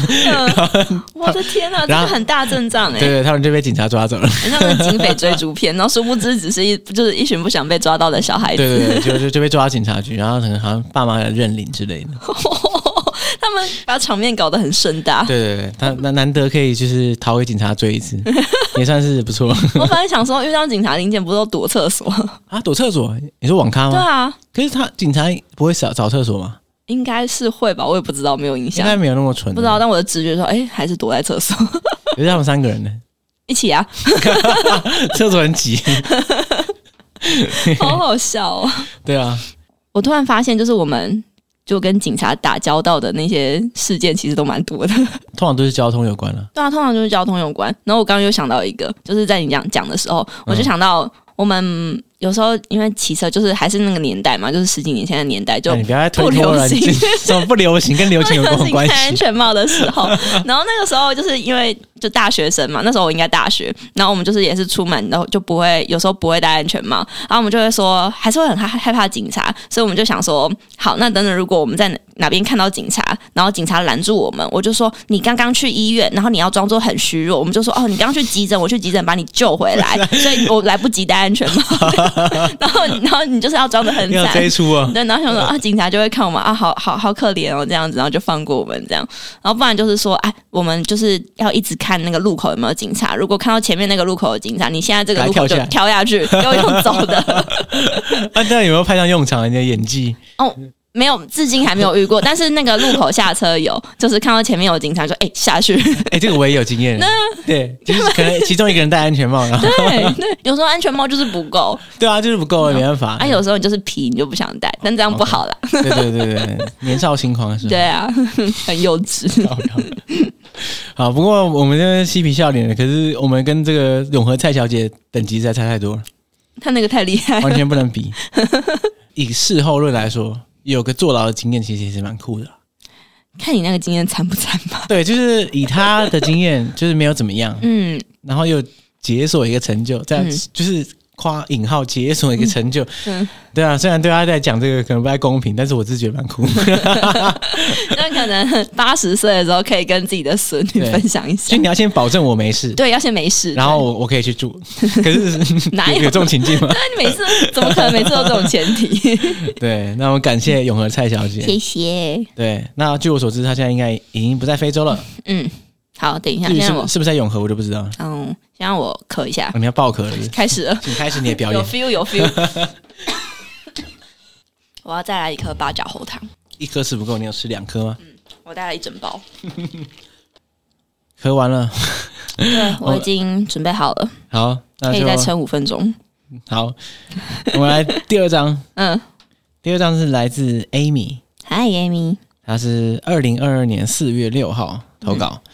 Speaker 2: 我的天哪，这
Speaker 1: 然后
Speaker 2: 个很大阵仗”哎、
Speaker 1: 对对，他们就被警察抓走了。
Speaker 2: 很像那警匪追逐片，然后殊不知只是一就是一群不想被抓到的小孩子，
Speaker 1: 对对对，就就就被抓到警察局，然后可能好像爸妈来认领之类的。
Speaker 2: 他们把场面搞得很盛大。
Speaker 1: 对对对，他难难得可以就是逃回警察追一次，也算是不错
Speaker 2: 我本来想说，遇到警察临检不是都躲 厕所？
Speaker 1: 啊。躲厕所，你说网咖
Speaker 2: 对
Speaker 1: 吗？
Speaker 2: 啊，
Speaker 1: 可是他警察不会找找厕所吗？
Speaker 2: 应该是会吧，我也不知道，没有印
Speaker 1: 应
Speaker 2: 象
Speaker 1: 该，没有那么蠢，
Speaker 2: 不知道。。但我的直觉说，哎、还是躲在厕所
Speaker 1: 可是他们三个人呢，
Speaker 2: 一 起啊，
Speaker 1: 厕所很挤。
Speaker 2: 好好笑哦！
Speaker 1: 对啊，
Speaker 2: 我突然发现，就是我们就跟警察打交道的那些事件，其实都蛮多的。
Speaker 1: 通常都是交通有关了。
Speaker 2: 对啊，通常
Speaker 1: 嗯
Speaker 2: 就是交通有关。然后我刚刚又想到一个，就是在你讲讲的时候，我就想到我们有时候因为骑车就是还是那个年代嘛，就是十几年前的年代，就
Speaker 1: 哎你不要再推
Speaker 2: 不
Speaker 1: 脱
Speaker 2: 流
Speaker 1: 了，你
Speaker 2: 行
Speaker 1: 这 什么不流行跟流 行有什
Speaker 2: 流
Speaker 1: 么
Speaker 2: 行戴
Speaker 1: 关
Speaker 2: 安
Speaker 1: 系？
Speaker 2: 全帽的时 候，然后那个时候就是因为就大学生嘛，那时候我应该大学，然后我们就是也是出门，然后就不会有时候不会戴安全帽，然后我们就会说还是会很害害怕警察，所以我们就想说，好，那等等如果我们在哪哪边看到警察，然后警察拦住我们，我就说你刚刚去医院，然后你要装作很虚弱，我们就说哦你刚刚去急诊，我去急诊把你救回来，所以我来不及戴安全 帽， 然后然后你就是要装的很
Speaker 1: 你有
Speaker 2: 惨，
Speaker 1: 这一出啊？
Speaker 2: 对，然后想说啊，警察就会看我们啊，好好好可怜哦，这样子，然后就放过我们这样。然后不然就是说，哎，我们就是要一直看那个路口有没有警察。如果看到前面那个路口有警察，你现在这个路口就
Speaker 1: 来
Speaker 2: 跳下去，又用走的。
Speaker 1: 啊，这样有没有派上用场？你的演技，
Speaker 2: 哦，没有，至今还没有遇过。但是那个路口下车有，就是看到前面有警察就，哎下去。
Speaker 1: 哎、这个我也有经 验。对，就是可能其中一个人戴安全帽，然后
Speaker 2: 对，对， 有时候安全帽就是不够，
Speaker 1: 对啊，就是不够啊，没办 法。
Speaker 2: 啊，有时候你就是皮，你就不想戴，但这样不好啦。
Speaker 1: 对对对对，对年少轻狂是吧？
Speaker 2: 对啊， 很幼稚。
Speaker 1: 糟糕好，不过我们这边嬉皮笑脸的，可是我们跟这个永和蔡小姐等级实在差太多了，
Speaker 2: 他那个太厉 害了
Speaker 1: 完，全不能比。以事后论来说，有个坐牢的经验其实也是蛮酷的。
Speaker 2: 看你那个经验惨不惨吧。
Speaker 1: 对，就是以他的经验，就是没有怎么样，
Speaker 2: 嗯，
Speaker 1: 然后又解锁一个成就，这样、
Speaker 2: 嗯
Speaker 1: 就是夸引号解锁一个成就。
Speaker 2: 嗯
Speaker 1: 对啊，虽然对他在讲这个可能不太公平，但 是我自己觉得蛮酷。
Speaker 2: 那可能八十岁的时候可以跟自己的孙女
Speaker 1: 对
Speaker 2: 分享一下
Speaker 1: 所以。你要先保证我没事，
Speaker 2: 对，要先没事。
Speaker 1: 然后我我可以去住。 可是
Speaker 2: 哪
Speaker 1: 有
Speaker 2: 有
Speaker 1: 有这种情境 吗？
Speaker 2: 对，那你每次怎么可能每次都这种 前提？
Speaker 1: 对，那我们感谢永和蔡小姐。
Speaker 2: 谢。
Speaker 1: 对，那据我所知，她现在应该已经不在非洲了。
Speaker 2: 嗯，好，等一下，
Speaker 1: 至
Speaker 2: 先
Speaker 1: 于是
Speaker 2: 让
Speaker 1: 不
Speaker 2: 我，
Speaker 1: 是不是在永和，我就不知道了。
Speaker 2: 嗯，先让我咳一 下
Speaker 1: 我，们要爆壳了是不是，
Speaker 2: 开始了，
Speaker 1: 请开始你的表
Speaker 2: 有
Speaker 1: 演。
Speaker 2: feel 有 feel。我要再来一颗八角喉糖，
Speaker 1: 一颗是不够，你有吃两颗吗？
Speaker 2: 我带了一整
Speaker 1: 哦
Speaker 2: 包。
Speaker 1: 喝完了，
Speaker 2: 对，我已经准备好了，
Speaker 1: 好，那
Speaker 2: 可以
Speaker 1: 就
Speaker 2: 再撑五分钟。
Speaker 1: 好。我们来第二张，
Speaker 2: 嗯，
Speaker 1: 第二张是来自 Amy，
Speaker 2: 嗨，Amy，
Speaker 1: 她是二零二二年四月六号投稿。
Speaker 2: 嗯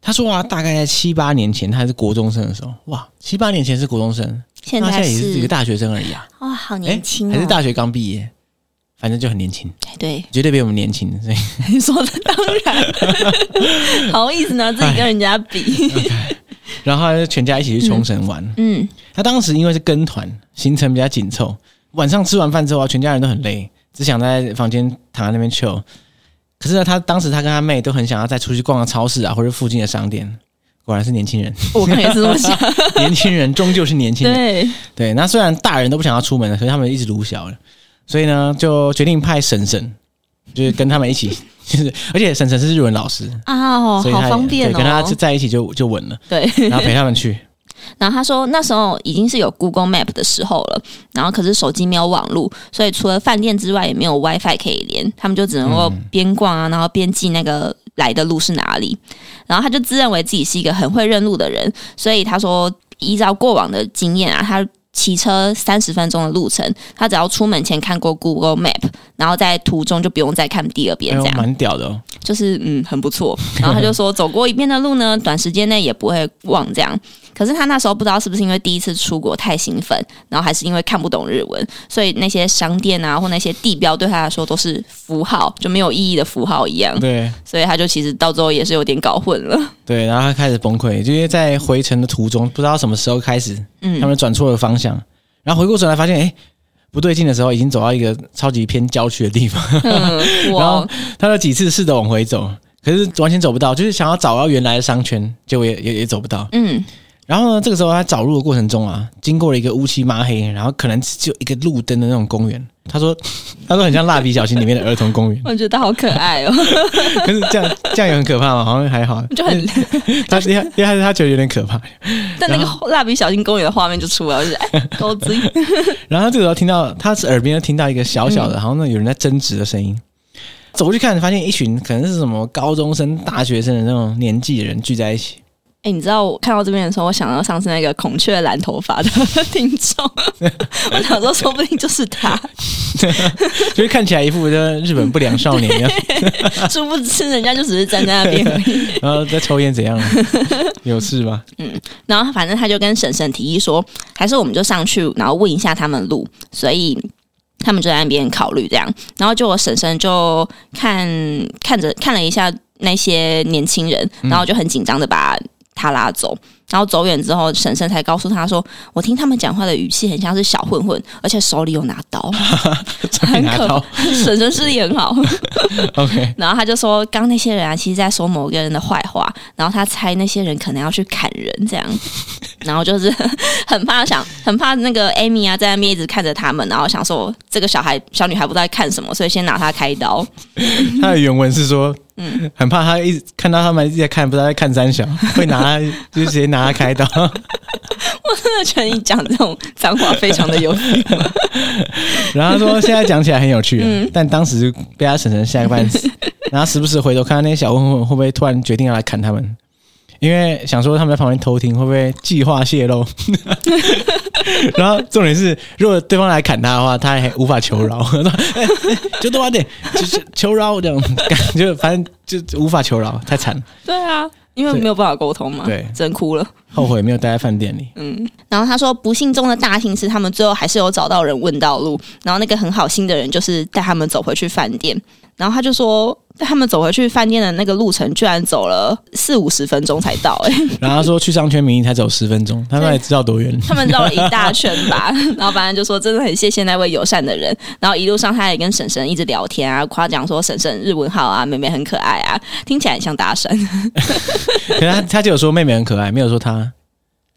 Speaker 1: 她说啊，大概在七八年前，她还是国中生的时候，哇，七八年前是国中生，
Speaker 2: 现
Speaker 1: 那她
Speaker 2: 在
Speaker 1: 现在也是一个
Speaker 2: 是
Speaker 1: 大学生而已啊。
Speaker 2: 哇，好
Speaker 1: 哎
Speaker 2: 年轻哦，
Speaker 1: 还是大学刚毕业，反正就很年轻，
Speaker 2: 对，
Speaker 1: 绝对比我们年轻。所以
Speaker 2: 你说的当然， 好意思拿自己跟人家比。
Speaker 1: 哎然后他就全家一起去冲绳玩。
Speaker 2: 嗯，
Speaker 1: 他当时因为是跟团，行程比较紧凑，晚上吃完饭之后啊，全家人都很累，只想在房间躺在那边 chill。可是呢，他当时他跟他妹都很想要再出去逛逛超市啊，或者附近的商店。果然是年 轻人，
Speaker 2: 我看也是这么 想。
Speaker 1: 年轻人终究是年轻人。
Speaker 2: 对，
Speaker 1: 对，那虽然大人都不想要出门了，可是他们一直撸小了，所以呢，就决定派婶婶，就是跟他们一起， 就是而且婶婶是日文老师，
Speaker 2: 啊，好
Speaker 1: 所以他也
Speaker 2: 方
Speaker 1: 对
Speaker 2: 便
Speaker 1: 跟他就
Speaker 2: 哦。
Speaker 1: 在一起就就稳了，
Speaker 2: 对，
Speaker 1: 然后陪他们 去。
Speaker 2: 然后他说那时候已经是有 Google Map 的时候了，然后可是手机没有网络，所以除了饭店之外也没有 WiFi 可以连，他们就只能够边逛啊，然后边记那个来的路是哪里。然后他就自认为自己是一个很会认路的人，所以他说依照过往的经验啊，他骑车三十分钟的路程，他只要出门前看过 Google Map，然后在途中就不用再看第二遍
Speaker 1: 哎呦
Speaker 2: 这，样。
Speaker 1: 蛮屌的哦。
Speaker 2: 就是嗯很 不错。然后他就说走过一遍的路呢，短时间内也不会忘这样。可是他那时候不知道是不是因为第一次出国太兴奋，然后还是因为看不懂日文，所以那些商店啊或那些地标对他来说都是符号，就没有意义的符号一样。
Speaker 1: 对
Speaker 2: 所以他就其实到最后也是有点搞混 了。
Speaker 1: 对，然后他开始崩溃，就因为在回程的途中，不知道什么时候开始，他
Speaker 2: 嗯，
Speaker 1: 们转错了方向，然后回过神来发现，哎、不对劲的时候，已经走到一个超级偏郊区的地方。
Speaker 2: 嗯
Speaker 1: 然后
Speaker 2: 我
Speaker 1: 他有几次试着往回走，可是完全走不到，就是想要找到原来的商圈，结果也也也走不到。
Speaker 2: 嗯，
Speaker 1: 然后呢，这个时候他找路的过程中啊，经过了一个乌漆麻黑，然后可能只有一个路灯的那种公园。他说， 他说很像蜡笔小新里面的儿童公园
Speaker 2: 我觉得好可爱哦，
Speaker 1: 可是这样这样也很可怕嘛，好像还好。
Speaker 2: 就很
Speaker 1: 他因为因为他他觉得有点可怕。
Speaker 2: 但那个蜡笔小新公园的画面就出来，我就觉得哎， 狗子
Speaker 1: 然后他这个时候听到他耳边听到一个小小的，好像有人在争执的声音。走过去看，发现一群可能是什么高中生、大学生的那种年纪的人聚在一起。
Speaker 2: 哎、你知道我看到这边的时候，我想到上次那个孔雀蓝头发的 听众，我想说，说不定就是他，
Speaker 1: 就是看起来一副就是日本不良少年一样，
Speaker 2: 殊不知人家就只是站在那边而已。
Speaker 1: 然后在抽烟怎样？有事吗？
Speaker 2: 然后反正他就跟婶婶提议说，还是我们就上去，然后问一下他们路，所以他们就在那边考虑这样。然后就我婶婶就看看着看了一下那些年轻人，
Speaker 1: 嗯
Speaker 2: 然后就很紧张的把他拉走。然后走远之后，婶婶才告诉他说：“我听他们讲话的语气很像是小混混，而且手里有拿 刀，
Speaker 1: 才拿
Speaker 2: 可
Speaker 1: 刀。
Speaker 2: 婶婶视力很好。”
Speaker 1: OK，
Speaker 2: 然后他就说，刚那些人啊，其实在说某个人的坏话，然后他猜那些人可能要去砍人这样， 然后就是很怕想， 很怕那个 Amy 啊，在那边一直看着他们，然后想说这个小孩小女孩不知道在看什么，所以先拿她开刀。
Speaker 1: 他的原文是说，很怕他一直看到他们一直在看，不知道在看三小，会拿他就直接拿他开刀。
Speaker 2: 真的觉得你讲这种脏话非常的有
Speaker 1: 然后他说现在讲起来很有趣啊，但当时被他婶婶吓个半死。然后时不时回头看看那些小混混会不会突然决定要来砍他们，因为想说他们在旁边偷听会不会计划泄露。然后重点是，如果对方来砍他的话，他还无法求饶，他说哎哎就多花点，就是求饶这样，就反正就无法求饶，太惨了，
Speaker 2: 对啊，因为没有办法沟通嘛，
Speaker 1: 对
Speaker 2: 真哭了。
Speaker 1: 后悔没有待在饭店里。
Speaker 2: 然后他说，不幸中的大幸是他们最后还是有找到人问道路，然后那个很好心的人就是带他们走回去饭店。然后他就说，带他们走回去饭店的那个路程，居然走了四五十分钟才到、欸，
Speaker 1: 然后他说去商圈名义才走十分钟，他们也知道多远。
Speaker 2: 他们绕了一大圈吧。然后反正就说，真的很谢谢那位友善的人。然后一路上他也跟婶婶一直聊天啊，夸奖说婶婶日文好啊，妹妹很可爱啊，听起来很像搭讪。
Speaker 1: 可是他他只有说妹妹很可爱，没有说他。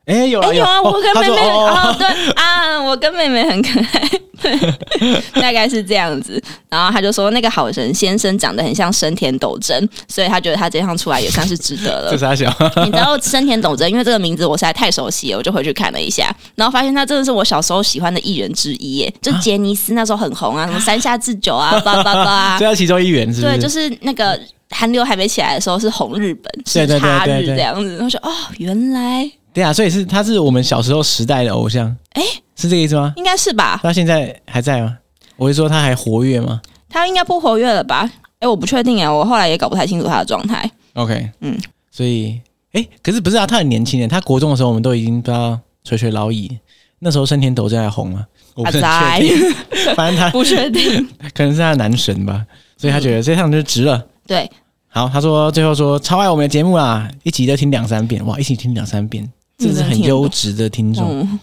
Speaker 1: 哎、有
Speaker 2: 哎、
Speaker 1: 啊
Speaker 2: 有啊，
Speaker 1: 哦
Speaker 2: 我跟
Speaker 1: 他
Speaker 2: 妹
Speaker 1: 说
Speaker 2: 妹很
Speaker 1: 哦
Speaker 2: 哦
Speaker 1: 哦
Speaker 2: 对啊，我跟妹妹很可爱， 对，大概是这样子。然后他就说，那个好人先生长得很像生田斗真，所以他觉得他这趟出来也算是值得
Speaker 1: 这傻
Speaker 2: 了。
Speaker 1: 小，
Speaker 2: 你知道生田斗真，因为这个名字我实在太熟悉了，我就回去看了一下，然后发现他真的是我小时候喜欢的艺人之 一，耶，就杰尼斯那时候很红啊，什么山下智久啊，叭叭叭啊
Speaker 1: 这，要其中一员是不是？
Speaker 2: 对，就是那个韩流还没起来的时候是红日本，
Speaker 1: 对
Speaker 2: 是
Speaker 1: 对对
Speaker 2: 差
Speaker 1: 对
Speaker 2: 日
Speaker 1: 对
Speaker 2: 这样子。然后说哦，原来
Speaker 1: 对啊，所以是他是我们小时候时代的偶像，
Speaker 2: 哎
Speaker 1: 是这个意思吗？
Speaker 2: 应该是吧，
Speaker 1: 他现在还在吗？我是说他还活跃吗
Speaker 2: 他应该不活跃了吧？哎、我不确定哎，我后来也搞不太清楚他的状态。
Speaker 1: ？OK，
Speaker 2: 嗯，
Speaker 1: 所以哎、可是不是啊？他很年轻耶，他国中的时候我们都已经不知道垂垂老矣，那时候生田斗真还红啊，我
Speaker 2: 阿
Speaker 1: 不是很
Speaker 2: 宅
Speaker 1: 确定， 反正他
Speaker 2: 不确定，
Speaker 1: 可能是他的男神吧，所以他
Speaker 2: 嗯
Speaker 1: 觉得这趟就值了。
Speaker 2: 对，
Speaker 1: 好，他说最后说超爱我们的节目啦，一集都听两三遍，哇，一集听两三遍，真的是
Speaker 2: 嗯
Speaker 1: 很
Speaker 2: 听得懂
Speaker 1: 优质的听众。
Speaker 2: 嗯，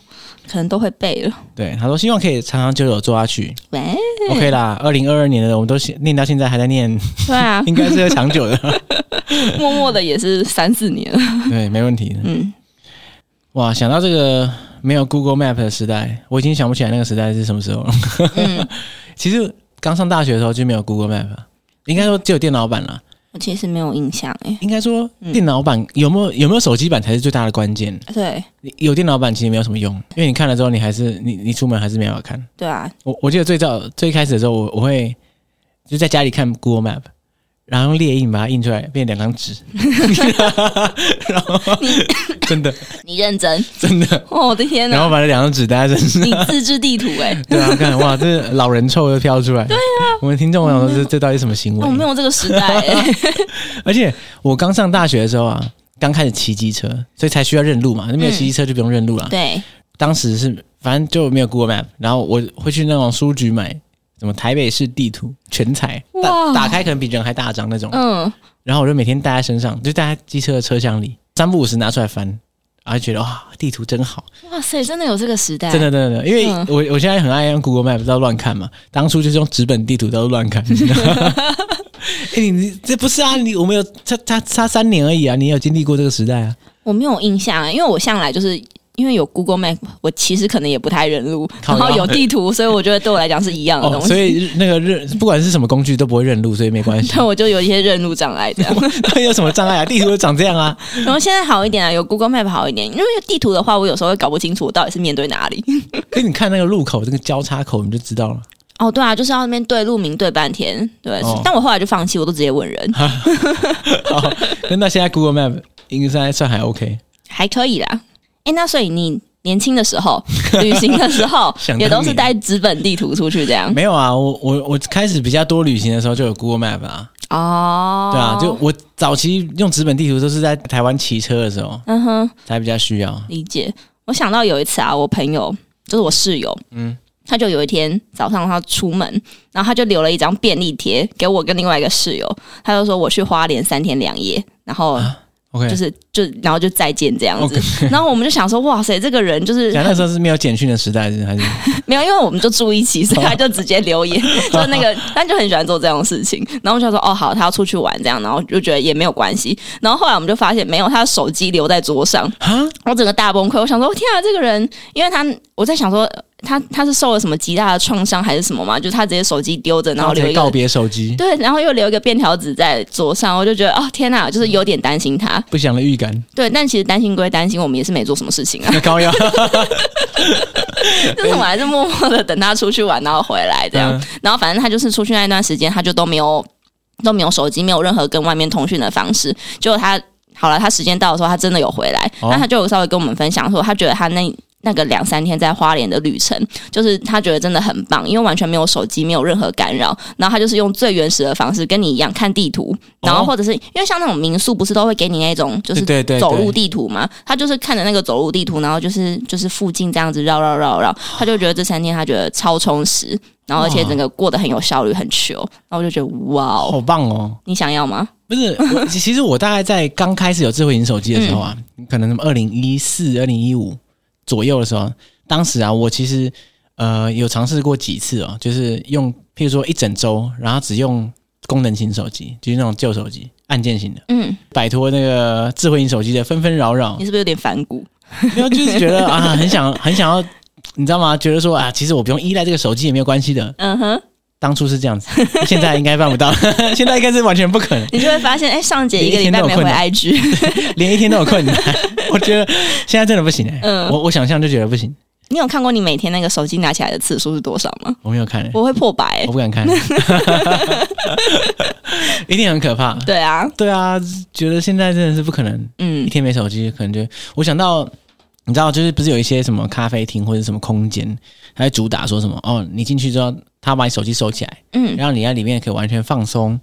Speaker 2: 可能都会背了。
Speaker 1: 对，他说希望可以长长久久做下去。
Speaker 2: 喂，
Speaker 1: OK 啦，二零二二年的我们都现念到现在还在念，，
Speaker 2: 对啊
Speaker 1: 应该是会长久的。
Speaker 2: 默默的也是三四年了。
Speaker 1: 对，没问题的。
Speaker 2: 嗯，
Speaker 1: 哇，想到这个没有 Google Map 的时代，我已经想不起来那个时代是什么时候了。
Speaker 2: 嗯
Speaker 1: 其实刚上大学的时候就没有 Google Map，了应该说只有电脑版啦。
Speaker 2: 我其实没有印象哎。
Speaker 1: 应该说
Speaker 2: 嗯
Speaker 1: 电脑版有没有有没有手机版才是最大的关键。
Speaker 2: 对
Speaker 1: 你有电脑版其实没有什么用，因为你看了之后，你还是你你出门还是没办法看。
Speaker 2: 对啊，
Speaker 1: 我我记得最早最开始的时候，我我会就在家里看 Google Map，然后用列印把它印出来，变两张 纸，然后 真的
Speaker 2: 你认真，
Speaker 1: 真的，
Speaker 2: 哦我的天
Speaker 1: 然
Speaker 2: 哪，
Speaker 1: 后把那两张纸带在身 上，
Speaker 2: 你自制地图 哎。
Speaker 1: 对啊，看哇，这老人臭又飘出来，对啊，我们听众想说这这到底什么行
Speaker 2: 我、哦没
Speaker 1: 为？
Speaker 2: 有这个时 代、欸，
Speaker 1: 而且我刚上大学的时候啊，刚开始骑机车，所以才需要认路嘛，那没有
Speaker 2: 嗯
Speaker 1: 骑机车就不用认路了。
Speaker 2: 对，
Speaker 1: 当时是反正就没有 Google Map，然后我会去那种书局买什么台北市地图全彩，打
Speaker 2: 哇
Speaker 1: 打开可能比人还大张那种，
Speaker 2: 嗯，
Speaker 1: 然后我就每天带在身上，就带在机车的车厢里，三不五时拿出来翻，然后就觉得哇，地图真好，
Speaker 2: 哇塞，真的有这个时代，
Speaker 1: 真的真的，真的因为
Speaker 2: 嗯
Speaker 1: 我、我现在很爱用 Google Map 到乱看嘛，当初就是用纸本地图到乱 看。你知道吗哎、你你这不是啊？你我们有差差差三年而已啊！你也有经历过这个时代啊？
Speaker 2: 我没有印象、欸，因为我向来就是因为有 Google Map，我其实可能也不太认路，
Speaker 1: 靠
Speaker 2: 然
Speaker 1: 腰
Speaker 2: 后有地图，所以我觉得对我来讲是一样的
Speaker 1: 哦
Speaker 2: 东，西。
Speaker 1: 所以日那个认不管是什么工具都不会认路，所以没关系
Speaker 2: 对，。我就有一些认路障碍 这样。
Speaker 1: 到底有什么障碍啊？地图都长这样啊？
Speaker 2: 然后现在好一点啊，有 Google Map 好一点，因为地图的话，我有时候会搞不清楚我到底是面对哪里。
Speaker 1: 可是你看那个路口，这个交叉口，你就知道了。
Speaker 2: 哦，对啊，就是要那边对路名对半天，对。
Speaker 1: 哦
Speaker 2: 但我后来就放弃，我都直接问人。
Speaker 1: 好，那现在 Google Map 应该算还 OK。
Speaker 2: 还可以啦。哎、那所以你年轻的时 候旅行的时候
Speaker 1: 想，当
Speaker 2: 也都是
Speaker 1: 年
Speaker 2: 带纸本地图出去这样
Speaker 1: 没有啊，我我我开始比较多旅行的时候就有 Google Map 啊，
Speaker 2: 哦？
Speaker 1: 对啊，就我早期用纸本地图都是在台湾骑车的时候
Speaker 2: 嗯哼，
Speaker 1: 才比较需要。
Speaker 2: 理解。我想到有一次啊，我朋友就是我室友，
Speaker 1: 嗯
Speaker 2: 嗯，他就有一天早上他出门，然后他就留了一张便利贴给我跟另外一个室友，他就说我去花莲三天两夜，然后
Speaker 1: OK，
Speaker 2: 就
Speaker 1: 就是
Speaker 2: 是就然后就再见这样子。然后我们就想说，哇塞，这个人 就是
Speaker 1: 那时候是没有简讯的时代是还是
Speaker 2: 没有，因为我们就住一起，所以他就直接 留言，就那个，他就很喜欢做这种事情。然后我就说，哦，好，他要出去玩这样，然后就觉得也没有关系。然后后来我们就发现，没有，他的手机留在桌上，
Speaker 1: 啊？
Speaker 2: 我整个大崩溃。我想说，天啊，这个人，因为他我在想说，他他是受了什么极大的创伤还是什么嘛？就他直接手机丢着，然后
Speaker 1: 直
Speaker 2: 留
Speaker 1: 接
Speaker 2: 一
Speaker 1: 哦告
Speaker 2: 个。
Speaker 1: 别手机，
Speaker 2: 对，然后又留一个便条纸在桌上，我就觉得哦天哪，就是有点担心他。
Speaker 1: 不祥的预感，
Speaker 2: 对，但其实担心归担心，我们也是没做什么事情啊。
Speaker 1: 那高腰
Speaker 2: 但是我还是默默的等他出去玩，然后回来这样。
Speaker 1: 嗯
Speaker 2: 然后反正他就是出去那一段时间，他就都没有都没有手机，没有任何跟外面通讯的方式。结果他好了，他时间到的时候，他真的有回来，
Speaker 1: 哦
Speaker 2: 那、他就有稍微跟我们分享说，他觉得他那。那个两三天在花莲的旅程，就是他觉得真的很棒，因为完全没有手机，没有任何干扰。然后他就是用最原始的方式，跟你一样看地图，然后或者是、因为像那种民宿，不是都会给你那种就是
Speaker 1: 哦对对对
Speaker 2: 走路地图嘛，他就是看着那个走路地图，然后就是就是附近这样子绕绕绕绕，他就觉得这三天他觉得超充实，然后而且
Speaker 1: 哇
Speaker 2: 整个过得很有效率，很 chill，然后我就觉得哇哦，
Speaker 1: 好棒哦！
Speaker 2: 你想要吗？
Speaker 1: 不是，我其其实我大概在刚开始有智慧型手机的时候啊，可能二零一四、二零一五左右的时候，当时啊，我其实呃有尝试过几次哦，就是用，譬如说一整周，然后只用功能型手机，就是那种旧手机，按键型的，
Speaker 2: 嗯，
Speaker 1: 摆脱那个智慧型手机的纷纷扰扰
Speaker 2: 你，是不是有点反骨？
Speaker 1: 然后就是觉得啊，很想 很想要，你知道吗？觉得说啊，其实我不用依赖这个手机也没有关系的，
Speaker 2: 嗯哼，
Speaker 1: 当初是这样子，现在应该办不到， 现在应该是完全不可能，
Speaker 2: 你就会发现，哎、上姐一个礼拜没回 IG，
Speaker 1: 连一天都有 困难。我觉得现在真的不行哎、
Speaker 2: 嗯
Speaker 1: 我我想象就觉得不行，
Speaker 2: 你有看过你每天那个手机拿起来的次数是多少吗？
Speaker 1: 我没有看、欸，
Speaker 2: 我会破百、欸
Speaker 1: 我不敢 看，一定很可怕。
Speaker 2: 对啊，
Speaker 1: 对啊，觉得现在真的是不可能，一
Speaker 2: 嗯
Speaker 1: 天没手机可能就我想到。你知道，就是不是有一些什么咖啡厅或者什么空间，它会主打说什么哦，你进去之后，他把你手机收起来，
Speaker 2: 嗯，
Speaker 1: 然后你在里面可以完全放松，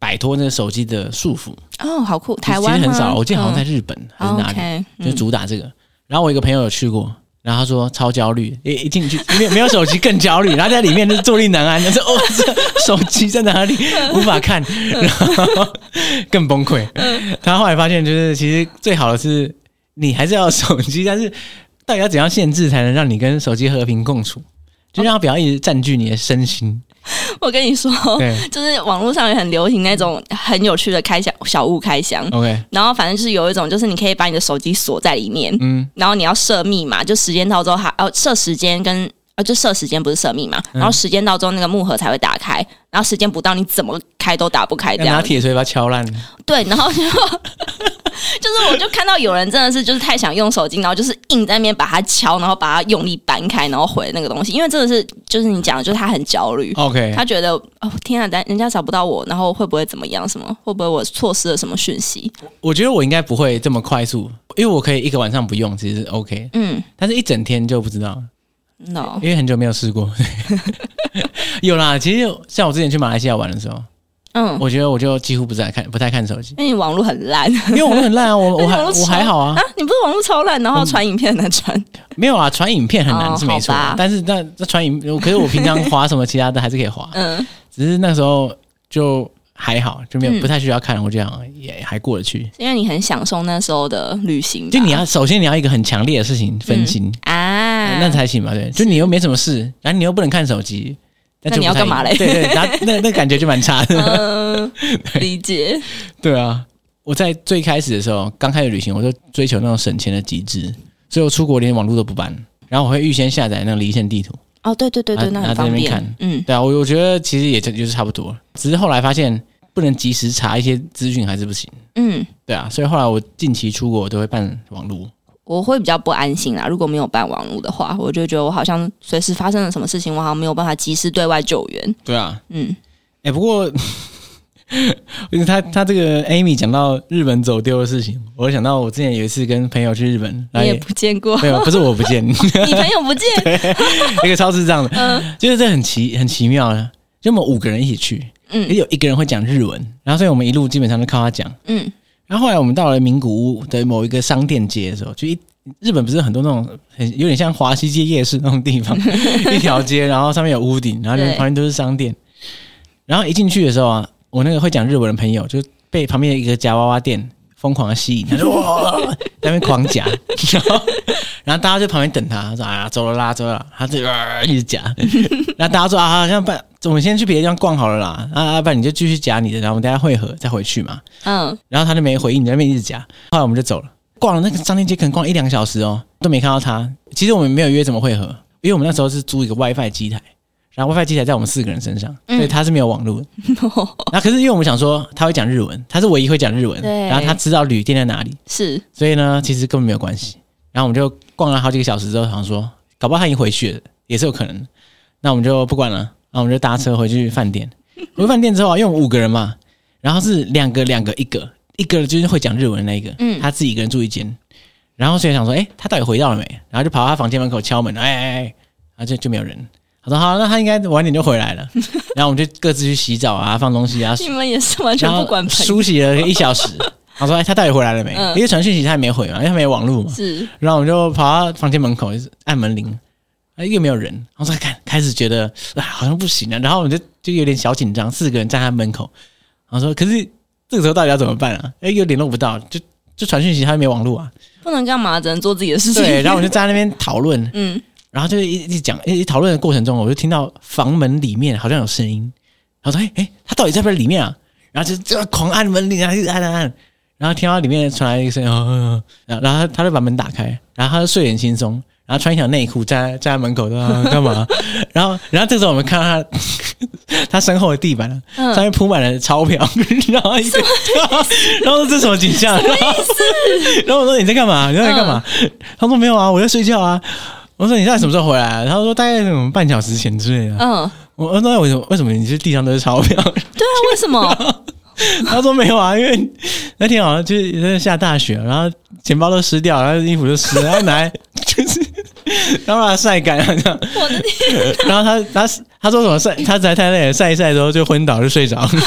Speaker 1: 摆脱那个手机的束缚。
Speaker 2: 哦，好酷，
Speaker 1: 其实
Speaker 2: 台湾吗
Speaker 1: 很少，我记得好像在
Speaker 2: 嗯
Speaker 1: 日本、还是哪里，
Speaker 2: 哦，OK，
Speaker 1: 就
Speaker 2: 嗯
Speaker 1: 主打这个。然后我一个朋友有去过，然后他说超焦虑，一一进去 没有没有手机更焦虑，然后在里面就坐立难安， 他说哦，这手机在哪里
Speaker 2: 嗯
Speaker 1: 无法看，然后更崩溃。
Speaker 2: 嗯
Speaker 1: 他后来发现，就是其实最好的是你还是要有手机，但是到底要怎样限制才能让你跟手机和平共处？就让它不要一直占据你的身心。
Speaker 2: 我跟你说，
Speaker 1: 对
Speaker 2: 就是网络上也很流行那种很有趣的开箱小物开箱，
Speaker 1: ，OK，
Speaker 2: 然后反正就是有一种，就是你可以把你的手机锁在里面，
Speaker 1: 嗯，
Speaker 2: 然后你要设密码，就时间到之后还哦设时间跟呃就设时间不是设密码，
Speaker 1: 嗯
Speaker 2: 然后时间到之后那个木盒才会打开，然后时间不到你怎么开都打不开这
Speaker 1: 要
Speaker 2: 样
Speaker 1: 哎拿。铁锤把它敲烂。
Speaker 2: 对，然后就 就是我就看到有人真的是就是太想用手机，然后就是硬在那边把它敲，然后把它用力扳开，然后回那个东西，因为真的是就是你讲的，就是他很焦虑。
Speaker 1: OK，
Speaker 2: 他觉得哦天啊，人人家找不到我，然后会不会怎么样？什么会不会我错失了什么讯息？
Speaker 1: 我觉得我应该不会这么快速，因为我可以一个晚上不用，其实 OK，
Speaker 2: 嗯
Speaker 1: 但是一整天就不知道，
Speaker 2: ，no，
Speaker 1: 因为很久没有试过。 有啦，其实像我之前去马来西亚玩的时候，
Speaker 2: 嗯，，
Speaker 1: 我觉得我就几乎不在看，不太看手机
Speaker 2: 因为你网络很烂啊，
Speaker 1: 因为我们很烂啊，我我还
Speaker 2: 那你网络超
Speaker 1: 我还好啊，
Speaker 2: 你不是网络超烂，
Speaker 1: 嗯
Speaker 2: 然后传影片很难传，
Speaker 1: 没有啊，传影片很难
Speaker 2: 哦
Speaker 1: 是没错
Speaker 2: 好吧
Speaker 1: 啊，但是那那传影，可是我平常滑什么其他的还是可以滑，
Speaker 2: 嗯，
Speaker 1: 只是那时候就还好，就没有
Speaker 2: 嗯
Speaker 1: 不太需要看，我觉得好像也还过得去。
Speaker 2: 因为你很享受那时候的旅行吧，
Speaker 1: 就你要首先你要一个很强烈的事情分心，
Speaker 2: 啊，
Speaker 1: 哎那才行嘛，对，就你又没什么事，然后你又不能看手机，
Speaker 2: 那
Speaker 1: 就
Speaker 2: 你要
Speaker 1: 不太
Speaker 2: 干嘛嘞
Speaker 1: 对对，然后 那那感觉就蛮差的。
Speaker 2: 嗯， 理解，
Speaker 1: 对啊，我在最开始的时候，刚开始旅行，我就追求那种省钱的极致，所以我出国连网络都不办，然后我会预先下载那个离线地图。
Speaker 2: 哦，对对对对，
Speaker 1: 啊
Speaker 2: 那
Speaker 1: 然后
Speaker 2: 很
Speaker 1: 在那
Speaker 2: 方
Speaker 1: 边
Speaker 2: 便
Speaker 1: 看，
Speaker 2: 嗯，
Speaker 1: 对啊，我我觉得其实也就就是差不多了，只是后来发现不能及时查一些资讯还是不行。
Speaker 2: 嗯，
Speaker 1: 对啊，所以后来我近期出国我都会办网络。
Speaker 2: 我会比较不安心啦。如果没有办网络的话，我就觉得我好像随时发生了什么事情，我好像没有办法及时对外救援，
Speaker 1: 对啊，
Speaker 2: 嗯，
Speaker 1: 哎、不过因为他他这个 Amy 讲到日本走丢的事情，我想到我之前有一次跟朋友去日本，然
Speaker 2: 你
Speaker 1: 后也
Speaker 2: 也不见 过，
Speaker 1: 没有，不是我不 见，
Speaker 2: 你朋友不见，
Speaker 1: 那个超智障的， 就是这很奇很奇妙的，就我们五个人一起去，
Speaker 2: 嗯
Speaker 1: 也有一个人会讲日文，然后所以我们一路基本上都靠他讲。
Speaker 2: 嗯
Speaker 1: 然后后来我们到了名古屋的某一个商店街的时候，就一日本不是很多那种很有点像华西街夜市那种地方，一条街，然后上面有屋顶，然后
Speaker 2: 对
Speaker 1: 旁边都是商店。然后一进去的时候啊，我那个会讲日文的朋友就被旁边的一个夹娃娃店疯狂的吸引，他说哇，在那边狂夹， 然后然后大家就旁边等他，他说啊走了啦走了啦，他就、啊一直夹，然后大家说啊好像办，我们先去别的地方逛好了啦，啊啊不然你就继续夹你的，然后我们大家汇合再回去嘛。
Speaker 2: 嗯，
Speaker 1: 然后他就没回应，在那边一直夹。后来我们就走了，逛了那个商店街，可能逛一两个小时哦，都没看到他。其实我们没有约怎么会合，因为我们那时候是租一个 WiFi 机台，然后 WiFi 机台在我们四个人身上，所以他是没有网络的。那、可是因为我们想说他会讲日文，他是唯一会讲日文，
Speaker 2: 对
Speaker 1: 然后他知道旅店在哪里，
Speaker 2: 是
Speaker 1: 所以呢，其实根本没有关系。然后我们就逛了好几个小时之后，好像说，搞不好他已经回去了，也是有可能。那我们就不管了，那我们就搭车回去饭店。回饭店之后啊，因为我们五个人嘛，然后是两个两个一个，一个就是会讲日文的那一个，
Speaker 2: 嗯
Speaker 1: 他自己一个人住一间。然后所以想说，哎、他到底回到了没？然后就跑到他房间门口敲门，哎哎哎，然后就就没有人。他说好，那他应该晚点就回来了。然后我们就各自去洗澡啊，放东西 啊，
Speaker 2: 你们也是完全
Speaker 1: 然后
Speaker 2: 不管朋友，
Speaker 1: 梳洗了一小 时。他说：“哎、他到底回来了没？
Speaker 2: 嗯
Speaker 1: 因为传讯息他也没回嘛，因为他没有网络嘛。
Speaker 2: 是
Speaker 1: 然后我们就跑到房间门口，就是按门铃，哎，又没有人。然后说看，开始觉得啊，好像不行了。然后我们就就有点小紧张，四个人站在他门口。然后说，可是这个时候到底要怎么办啊？哎，又联络不到，就就传讯息，他又没网络啊。
Speaker 2: 不能干嘛，只能做自己的事情。
Speaker 1: 对，然后我们就站在那边讨论，
Speaker 2: 嗯，
Speaker 1: 然后就一一直讲，一一讨论的过程中，我就听到房门里面好像有声音，然后说：“哎、哎、他到底在不在里面啊？”然后就就狂按门铃啊，一直按按按，然后听到里面传来一个声音，哦哦哦然后然后他他就把门打开，然后他就睡眼惺忪，然后穿一条内裤站在站在门口的、啊、干嘛？然后然后这时候我们看到他 他身后的地板、
Speaker 2: 嗯
Speaker 1: 上面铺满了钞票，然后一个，然后说这是什么景象？然后然后我说你在干嘛？你在干嘛？他说没有啊，我在睡觉啊。我说你大概什么时候回来、啊？他说大概什么半小时前之类的啊。
Speaker 2: 嗯，
Speaker 1: 我我说那为什么为什么你这地上都是钞票？
Speaker 2: 对 啊，为什么？
Speaker 1: 他说没有啊，因为那天好像就是在下大雪，然后钱包都湿掉，然后衣服都湿，然后拿来就是然后把它晒干啊这样。
Speaker 2: 我的天，
Speaker 1: 然后他他他说什么晒，他实在太累了，晒一晒之后就昏倒就睡着，
Speaker 2: 这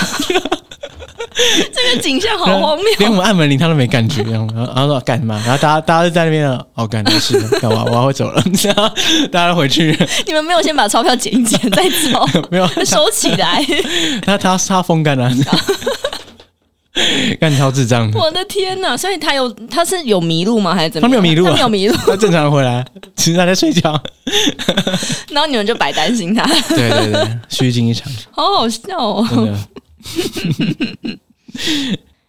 Speaker 2: 个景象好荒
Speaker 1: 连我
Speaker 2: 谬。
Speaker 1: 们按门铃他都没感觉，然后然后说干什么？然后大家大家就在那边哦，干没事，干我我要回走了， 然后大家都回去了
Speaker 2: 你们没有先把钞票捡一捡再走，
Speaker 1: 没有？
Speaker 2: 收起 来。
Speaker 1: 他他他风干啊， 干超智障的，
Speaker 2: 我的天呐！所以他有他是有迷路吗？还是怎么
Speaker 1: 他
Speaker 2: 样？
Speaker 1: 没有迷路啊
Speaker 2: 他没有迷路。
Speaker 1: 他正常回来，其实他在睡觉。
Speaker 2: 然后你们就白 担心他，
Speaker 1: 对对对，虚惊一 场，
Speaker 2: 好好笑哦。
Speaker 1: 真的。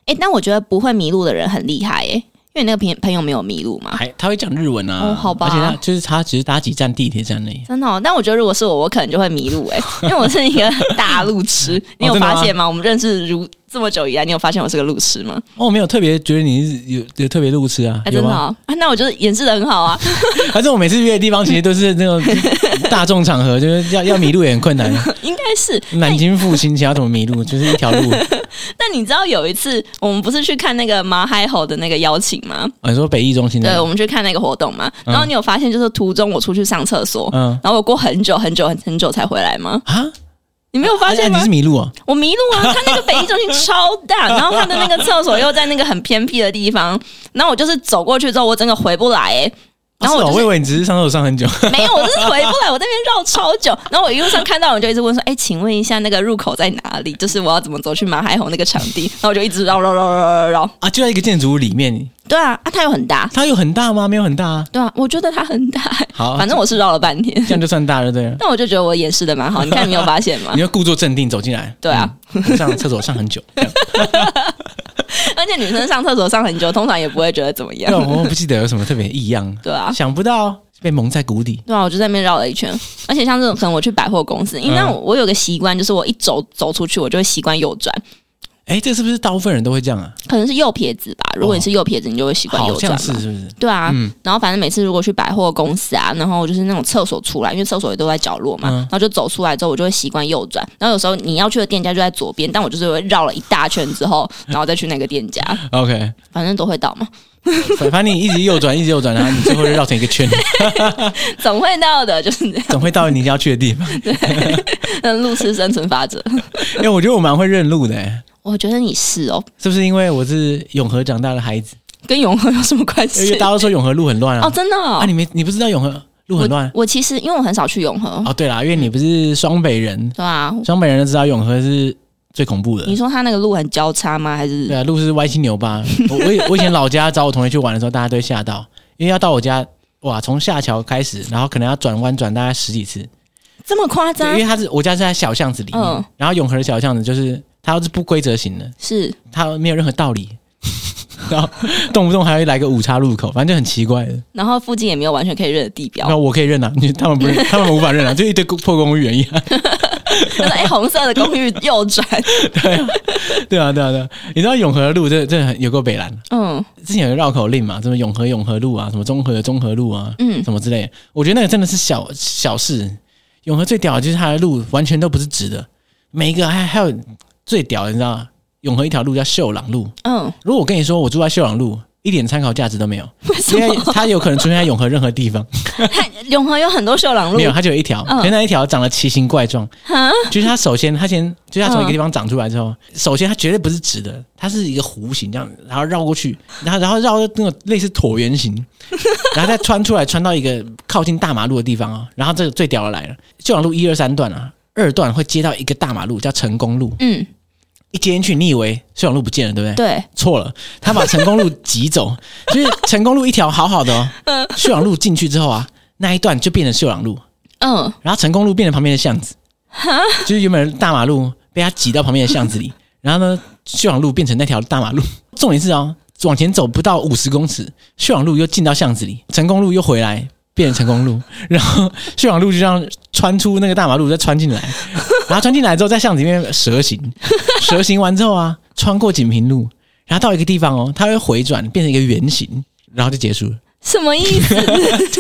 Speaker 2: 哎、但我觉得不会迷路的人很厉害哎、因为你那个朋朋友没有迷路嘛。
Speaker 1: 还他会讲日文啊，
Speaker 2: 哦好吧
Speaker 1: 而且他就是他只是搭几站地铁站而已。
Speaker 2: 真的、哦，但我觉得如果是我，我可能就会迷路 哎、因为我是一个大路痴。你有
Speaker 1: 哦真的吗
Speaker 2: 发现吗？我们认识如这么久以来，你有发现我是个路痴吗？
Speaker 1: 哦，我没有特别觉得你是有有特别路痴啊，
Speaker 2: 哎、
Speaker 1: 有
Speaker 2: 真的、
Speaker 1: 吗？
Speaker 2: 哦啊，那我就是掩饰的很好啊。
Speaker 1: 反正我每次约的地方其实都是那种 大众场合，就是要要迷路也很困难。啊
Speaker 2: 应该是。
Speaker 1: 南京复兴想要怎么迷路，就是一条 路。
Speaker 2: 但你知道有一次我们不是去看那个马海吼的那个邀请吗？
Speaker 1: 哦你说北艺中心
Speaker 2: 对，
Speaker 1: 的
Speaker 2: 我，们去看那个活动嘛。然后你有发现，就是途中我出去上厕所，
Speaker 1: 嗯
Speaker 2: 然后我过很久很久很很久才回来吗？
Speaker 1: 啊，
Speaker 2: 你没有发现
Speaker 1: 哎
Speaker 2: 吗？
Speaker 1: 你是迷路啊？
Speaker 2: 我迷路啊！他那个北一中心超 大，然后他的那个厕所又在那个很偏僻的地方，然后我就是走过去之后，我真的回不来、欸。然后
Speaker 1: 啊是
Speaker 2: 我
Speaker 1: 哦
Speaker 2: 就
Speaker 1: 我以
Speaker 2: 是、
Speaker 1: 为你只是上厕所上很久，
Speaker 2: 没有，我就是回不来，我在那边绕超久。然后我一路上看到，我就一直问说：“哎、请问一下那个入口在哪里？就是我要怎么走去马海红那个场地？”然后我就一直绕绕绕绕绕绕绕。
Speaker 1: 啊，就在一个建筑物里面，
Speaker 2: 对啊，啊，它又很大。
Speaker 1: 它有很大吗？没有很大啊，
Speaker 2: 对啊，我觉得它很大、欸
Speaker 1: 好
Speaker 2: 反正我是绕了半天
Speaker 1: 这，样就算大了，对 了。
Speaker 2: 但我就觉得我掩饰的 蛮好。你看，你有发现吗
Speaker 1: 你？要故作镇定走进来，
Speaker 2: 对啊
Speaker 1: 嗯，我上厕所上很 久，这样
Speaker 2: 而且女生上厕所上很久，通常也不会觉得怎么
Speaker 1: 对，啊
Speaker 2: 样。
Speaker 1: 我不记得有什么特别异样，
Speaker 2: 对啊，
Speaker 1: 想不到被蒙在鼓底。
Speaker 2: 对啊，我就在那边绕了一圈。而且像这种，可能我去百货公司，因为
Speaker 1: 嗯
Speaker 2: 我我有个习惯，就是我一走走出去，我就会习惯右转。
Speaker 1: 哎，这是不是大部分人都会这样啊？
Speaker 2: 可能是右撇子吧。如果你是右撇子，你就会习惯
Speaker 1: 哦好
Speaker 2: 右转
Speaker 1: 像
Speaker 2: 嘛。
Speaker 1: 是是不是？
Speaker 2: 对啊，然后反正每次如果去百货公司啊，然后就是那种厕所出来，因为厕所也都在角落嘛，
Speaker 1: 嗯
Speaker 2: 然后就走出来之后，我就会习惯右转。然后有时候你要去的店家就在左边，但我就是会绕了一大圈之后，然后再去那个店 家，
Speaker 1: OK，
Speaker 2: 反正都会到嘛，
Speaker 1: 反反正你一直右转，一直右转，然后你最后就绕成一个 圈，
Speaker 2: 总会到的，就是这样。
Speaker 1: 总会到你要去的地方。
Speaker 2: 那路痴生存法则，
Speaker 1: 因为我觉得我蛮会认路的、
Speaker 2: 我觉得你是哦，
Speaker 1: 是不是？因为我是永和长大的孩子，
Speaker 2: 跟永和有什么关
Speaker 1: 因
Speaker 2: 系
Speaker 1: 为？大家都说永和路很乱啊。
Speaker 2: 哦，真的哦、
Speaker 1: 啊，你没你不知道永和路很乱
Speaker 2: 我我其实因为我很少去永和，
Speaker 1: 哦？对啦，因为你不是双北人，
Speaker 2: 对啊，
Speaker 1: 双北人都知道永和是最恐怖的
Speaker 2: 你。说他那个路很交叉吗？还是
Speaker 1: 对啊，路是歪七扭八。 我我以我以前老家找我同学去玩的时候，大家都会吓到，因为要到我家，哇，从下桥开始，然后可能要转弯转大概十几次，
Speaker 2: 这么夸
Speaker 1: 对，
Speaker 2: 张
Speaker 1: 因为？它是我家是在小巷子里面，
Speaker 2: 嗯
Speaker 1: 然后永和的小巷子就是它是不规则型的，
Speaker 2: 是
Speaker 1: 它没有任何道理， 然后动不动还会来个五叉路口，反正就很奇怪的。
Speaker 2: 然后附近也没有完全可以认的地标
Speaker 1: 然，后我可以认啊，你他们不认，他们无法认啊，就一堆破公务员一样。
Speaker 2: 就是哎、红色的公寓右转，
Speaker 1: 对啊，对啊，对啊，你知道永和路这这很有个北兰，
Speaker 2: 嗯
Speaker 1: 之前有个绕口令嘛，什么永和永和路啊，什么中和中和路啊，
Speaker 2: 嗯，
Speaker 1: 什么之类的。我觉得那个真的是小小事。永和最屌的就是它的路完全都不是直的，每一个还还有最屌的，你知道吗？永和一条路叫秀朗路。
Speaker 2: 嗯，
Speaker 1: 如果我跟你说我住在秀朗路，一点参考价值都没有，
Speaker 2: 为什
Speaker 1: 因为
Speaker 2: 么？
Speaker 1: 它有可能出现在永和任何地 方。
Speaker 2: 它永和有很多秀朗路
Speaker 1: 没，有，它就有一条，
Speaker 2: 嗯
Speaker 1: 可是那一条长得奇形怪状。
Speaker 2: 哈，
Speaker 1: 就是它首先，它先就是它从一个地方长出来之后，首先它绝对不是直的，它是一个弧形这样，然后绕过去，然后然后绕到那种类似椭圆形， 然后再穿出来，穿到一个靠近大马路的地方啊、然后这个最屌的来了，秀朗路一二三段啊，二段会接到一个大马路叫成功路，
Speaker 2: 嗯，
Speaker 1: 一接进去，你以为秀朗路不见了，对不对？
Speaker 2: 对，
Speaker 1: 错了，他把成功路挤走，就是成功路一条好好的哦，秀朗路进去之后啊，那一段就变成秀朗路，
Speaker 2: 嗯，
Speaker 1: 然后成功路变成旁边的巷子，就是原本的大马路被他挤到旁边的巷子里， 然后呢，秀朗路变成那条大马路。重点是啊，往前走不到五十公尺，秀朗路又进到巷子里，成功路又回来变成成功路， 然后秀朗路就这样穿出那个大马路，再穿进来，然后穿进来之后在巷子里面蛇行， 蛇行完之后啊，穿过锦屏路，然后到一个地方哦，它会回转变成一个圆形，然后就结束了，
Speaker 2: 什么意思？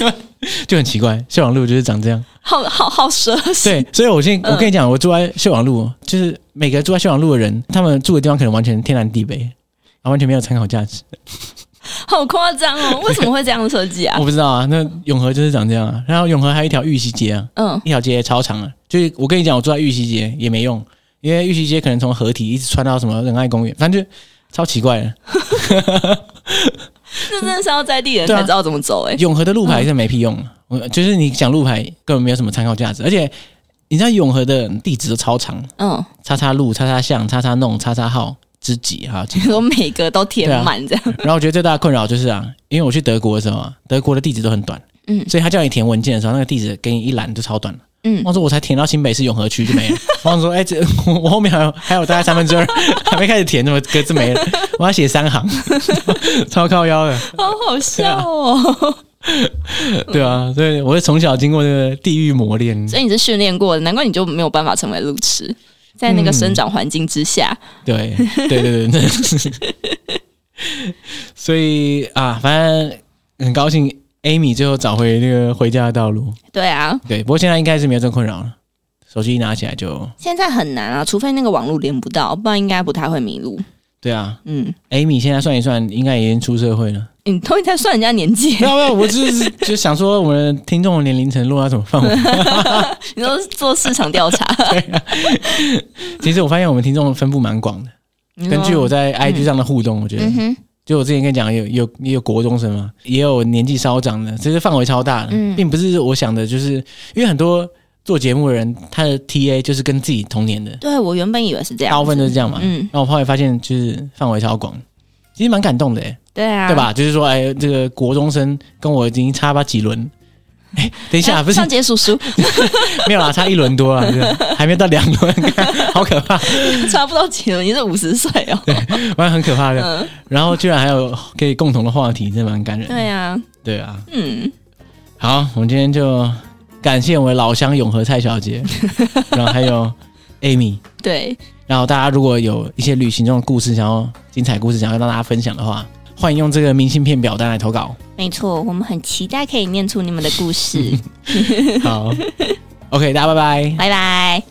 Speaker 1: 就很奇怪，秀朗路就是长这样。
Speaker 2: 好好好蛇形，
Speaker 1: 对， 所以我现
Speaker 2: 嗯
Speaker 1: 我跟你讲，我住在秀网路，就是每个住在秀网路的人，他们住的地方可能完全天南地北，啊，完全没有参考价值。
Speaker 2: 好夸 张哦！为什么会这样设计啊
Speaker 1: 我？不知道啊，那永和就是长这样啊。然后永和还有一条玉溪街啊，
Speaker 2: 嗯，
Speaker 1: 一条街超长啊，就是我跟你讲，我住在玉溪街也没用，因为玉溪街可能从合体一直穿到什么仁爱公园，反正就超奇怪的。
Speaker 2: 这真的是要在地人
Speaker 1: 对啊
Speaker 2: 才知道怎么走哎、
Speaker 1: 永和的路牌是没屁用，啊我就是你讲路牌根本没有什么参考价值，而且你知道永和的地址都超长，
Speaker 2: 嗯，
Speaker 1: 叉叉路、叉叉巷、叉叉弄、叉叉号之几啊哈，
Speaker 2: 就是说每个都
Speaker 1: 对
Speaker 2: 填
Speaker 1: 啊
Speaker 2: 满这 样，
Speaker 1: 然后我觉得最大的困扰就是啊，因为我去德国的时候啊，德国的地址都很短，
Speaker 2: 嗯
Speaker 1: 所以他叫你填文件的时候，那个地址给你一栏就超短了。
Speaker 2: 嗯，
Speaker 1: 我说我才填到新北市永和区就没了。我说哎、这我我后面还有还有大概三分之二还没开始填，怎么格子没了？我要写三行， 超靠腰的，
Speaker 2: 好好笑
Speaker 1: 啊
Speaker 2: 哦！
Speaker 1: 对啊，所以我是从小经过这个地狱磨练，
Speaker 2: 所以你是训练过的，难怪你就没有办法成为路痴，在那个生长环境之下，
Speaker 1: 对对对对对， 所以啊，反正很高兴 Amy 最后找回那个回家的道路。
Speaker 2: 对啊，
Speaker 1: 对，不过现在应该是没有这个困扰了，手机一拿起来就
Speaker 2: 现在很难啊，除非那个网络连不到，不然应该不太会迷路。
Speaker 1: 对啊。
Speaker 2: 嗯，
Speaker 1: Amy 现在算一算，应该已经出社会了。
Speaker 2: 你都在算人家年纪
Speaker 1: 没，有没有，我只是就想说，我们听众的年龄层落到什么范 围？
Speaker 2: 你都是做市场调查。
Speaker 1: 其实我发现我们听众分布蛮广的。
Speaker 2: 你 说
Speaker 1: 根据我，在 IG 上的互动，我觉得
Speaker 2: 嗯，哼，
Speaker 1: 就我之前跟你讲，有有也有国中生嘛，也有年纪稍长的，这是范围超大的，
Speaker 2: 嗯
Speaker 1: 并不是我想的，就是因为很多做节目的人，他的 TA 就是跟自己同年的，
Speaker 2: 对我原本以为是这样，
Speaker 1: 大部分都是这样嘛。
Speaker 2: 嗯，
Speaker 1: 然后我后来发现，就是范围超广，其实蛮感动的、欸。
Speaker 2: 对啊，
Speaker 1: 对？吧？就是说，哎，这个国中生跟我已经差吧几轮。哎，等一下，不是
Speaker 2: 上杰叔叔
Speaker 1: 没有啦，差一轮多啦，就是 还没有到两轮，好可怕，
Speaker 2: 差不多几轮，你是五十岁哦。
Speaker 1: 完全很可怕的。
Speaker 2: 嗯，
Speaker 1: 然后居然还有可以共同的话题，真的蛮感人的。
Speaker 2: 对啊，
Speaker 1: 对啊，
Speaker 2: 嗯，
Speaker 1: 好，我们今天就 感谢我们老乡永和蔡小姐，然后还有 Amy，
Speaker 2: 对，
Speaker 1: 然然后大家如果有一些旅行中的故事，想要精彩故事，想要让大家分享的话，欢迎用这个明信片表单来投稿。
Speaker 2: 没错，我们很 期待可以念出你们的故事。
Speaker 1: 好，OK，大家拜拜。
Speaker 2: 拜拜。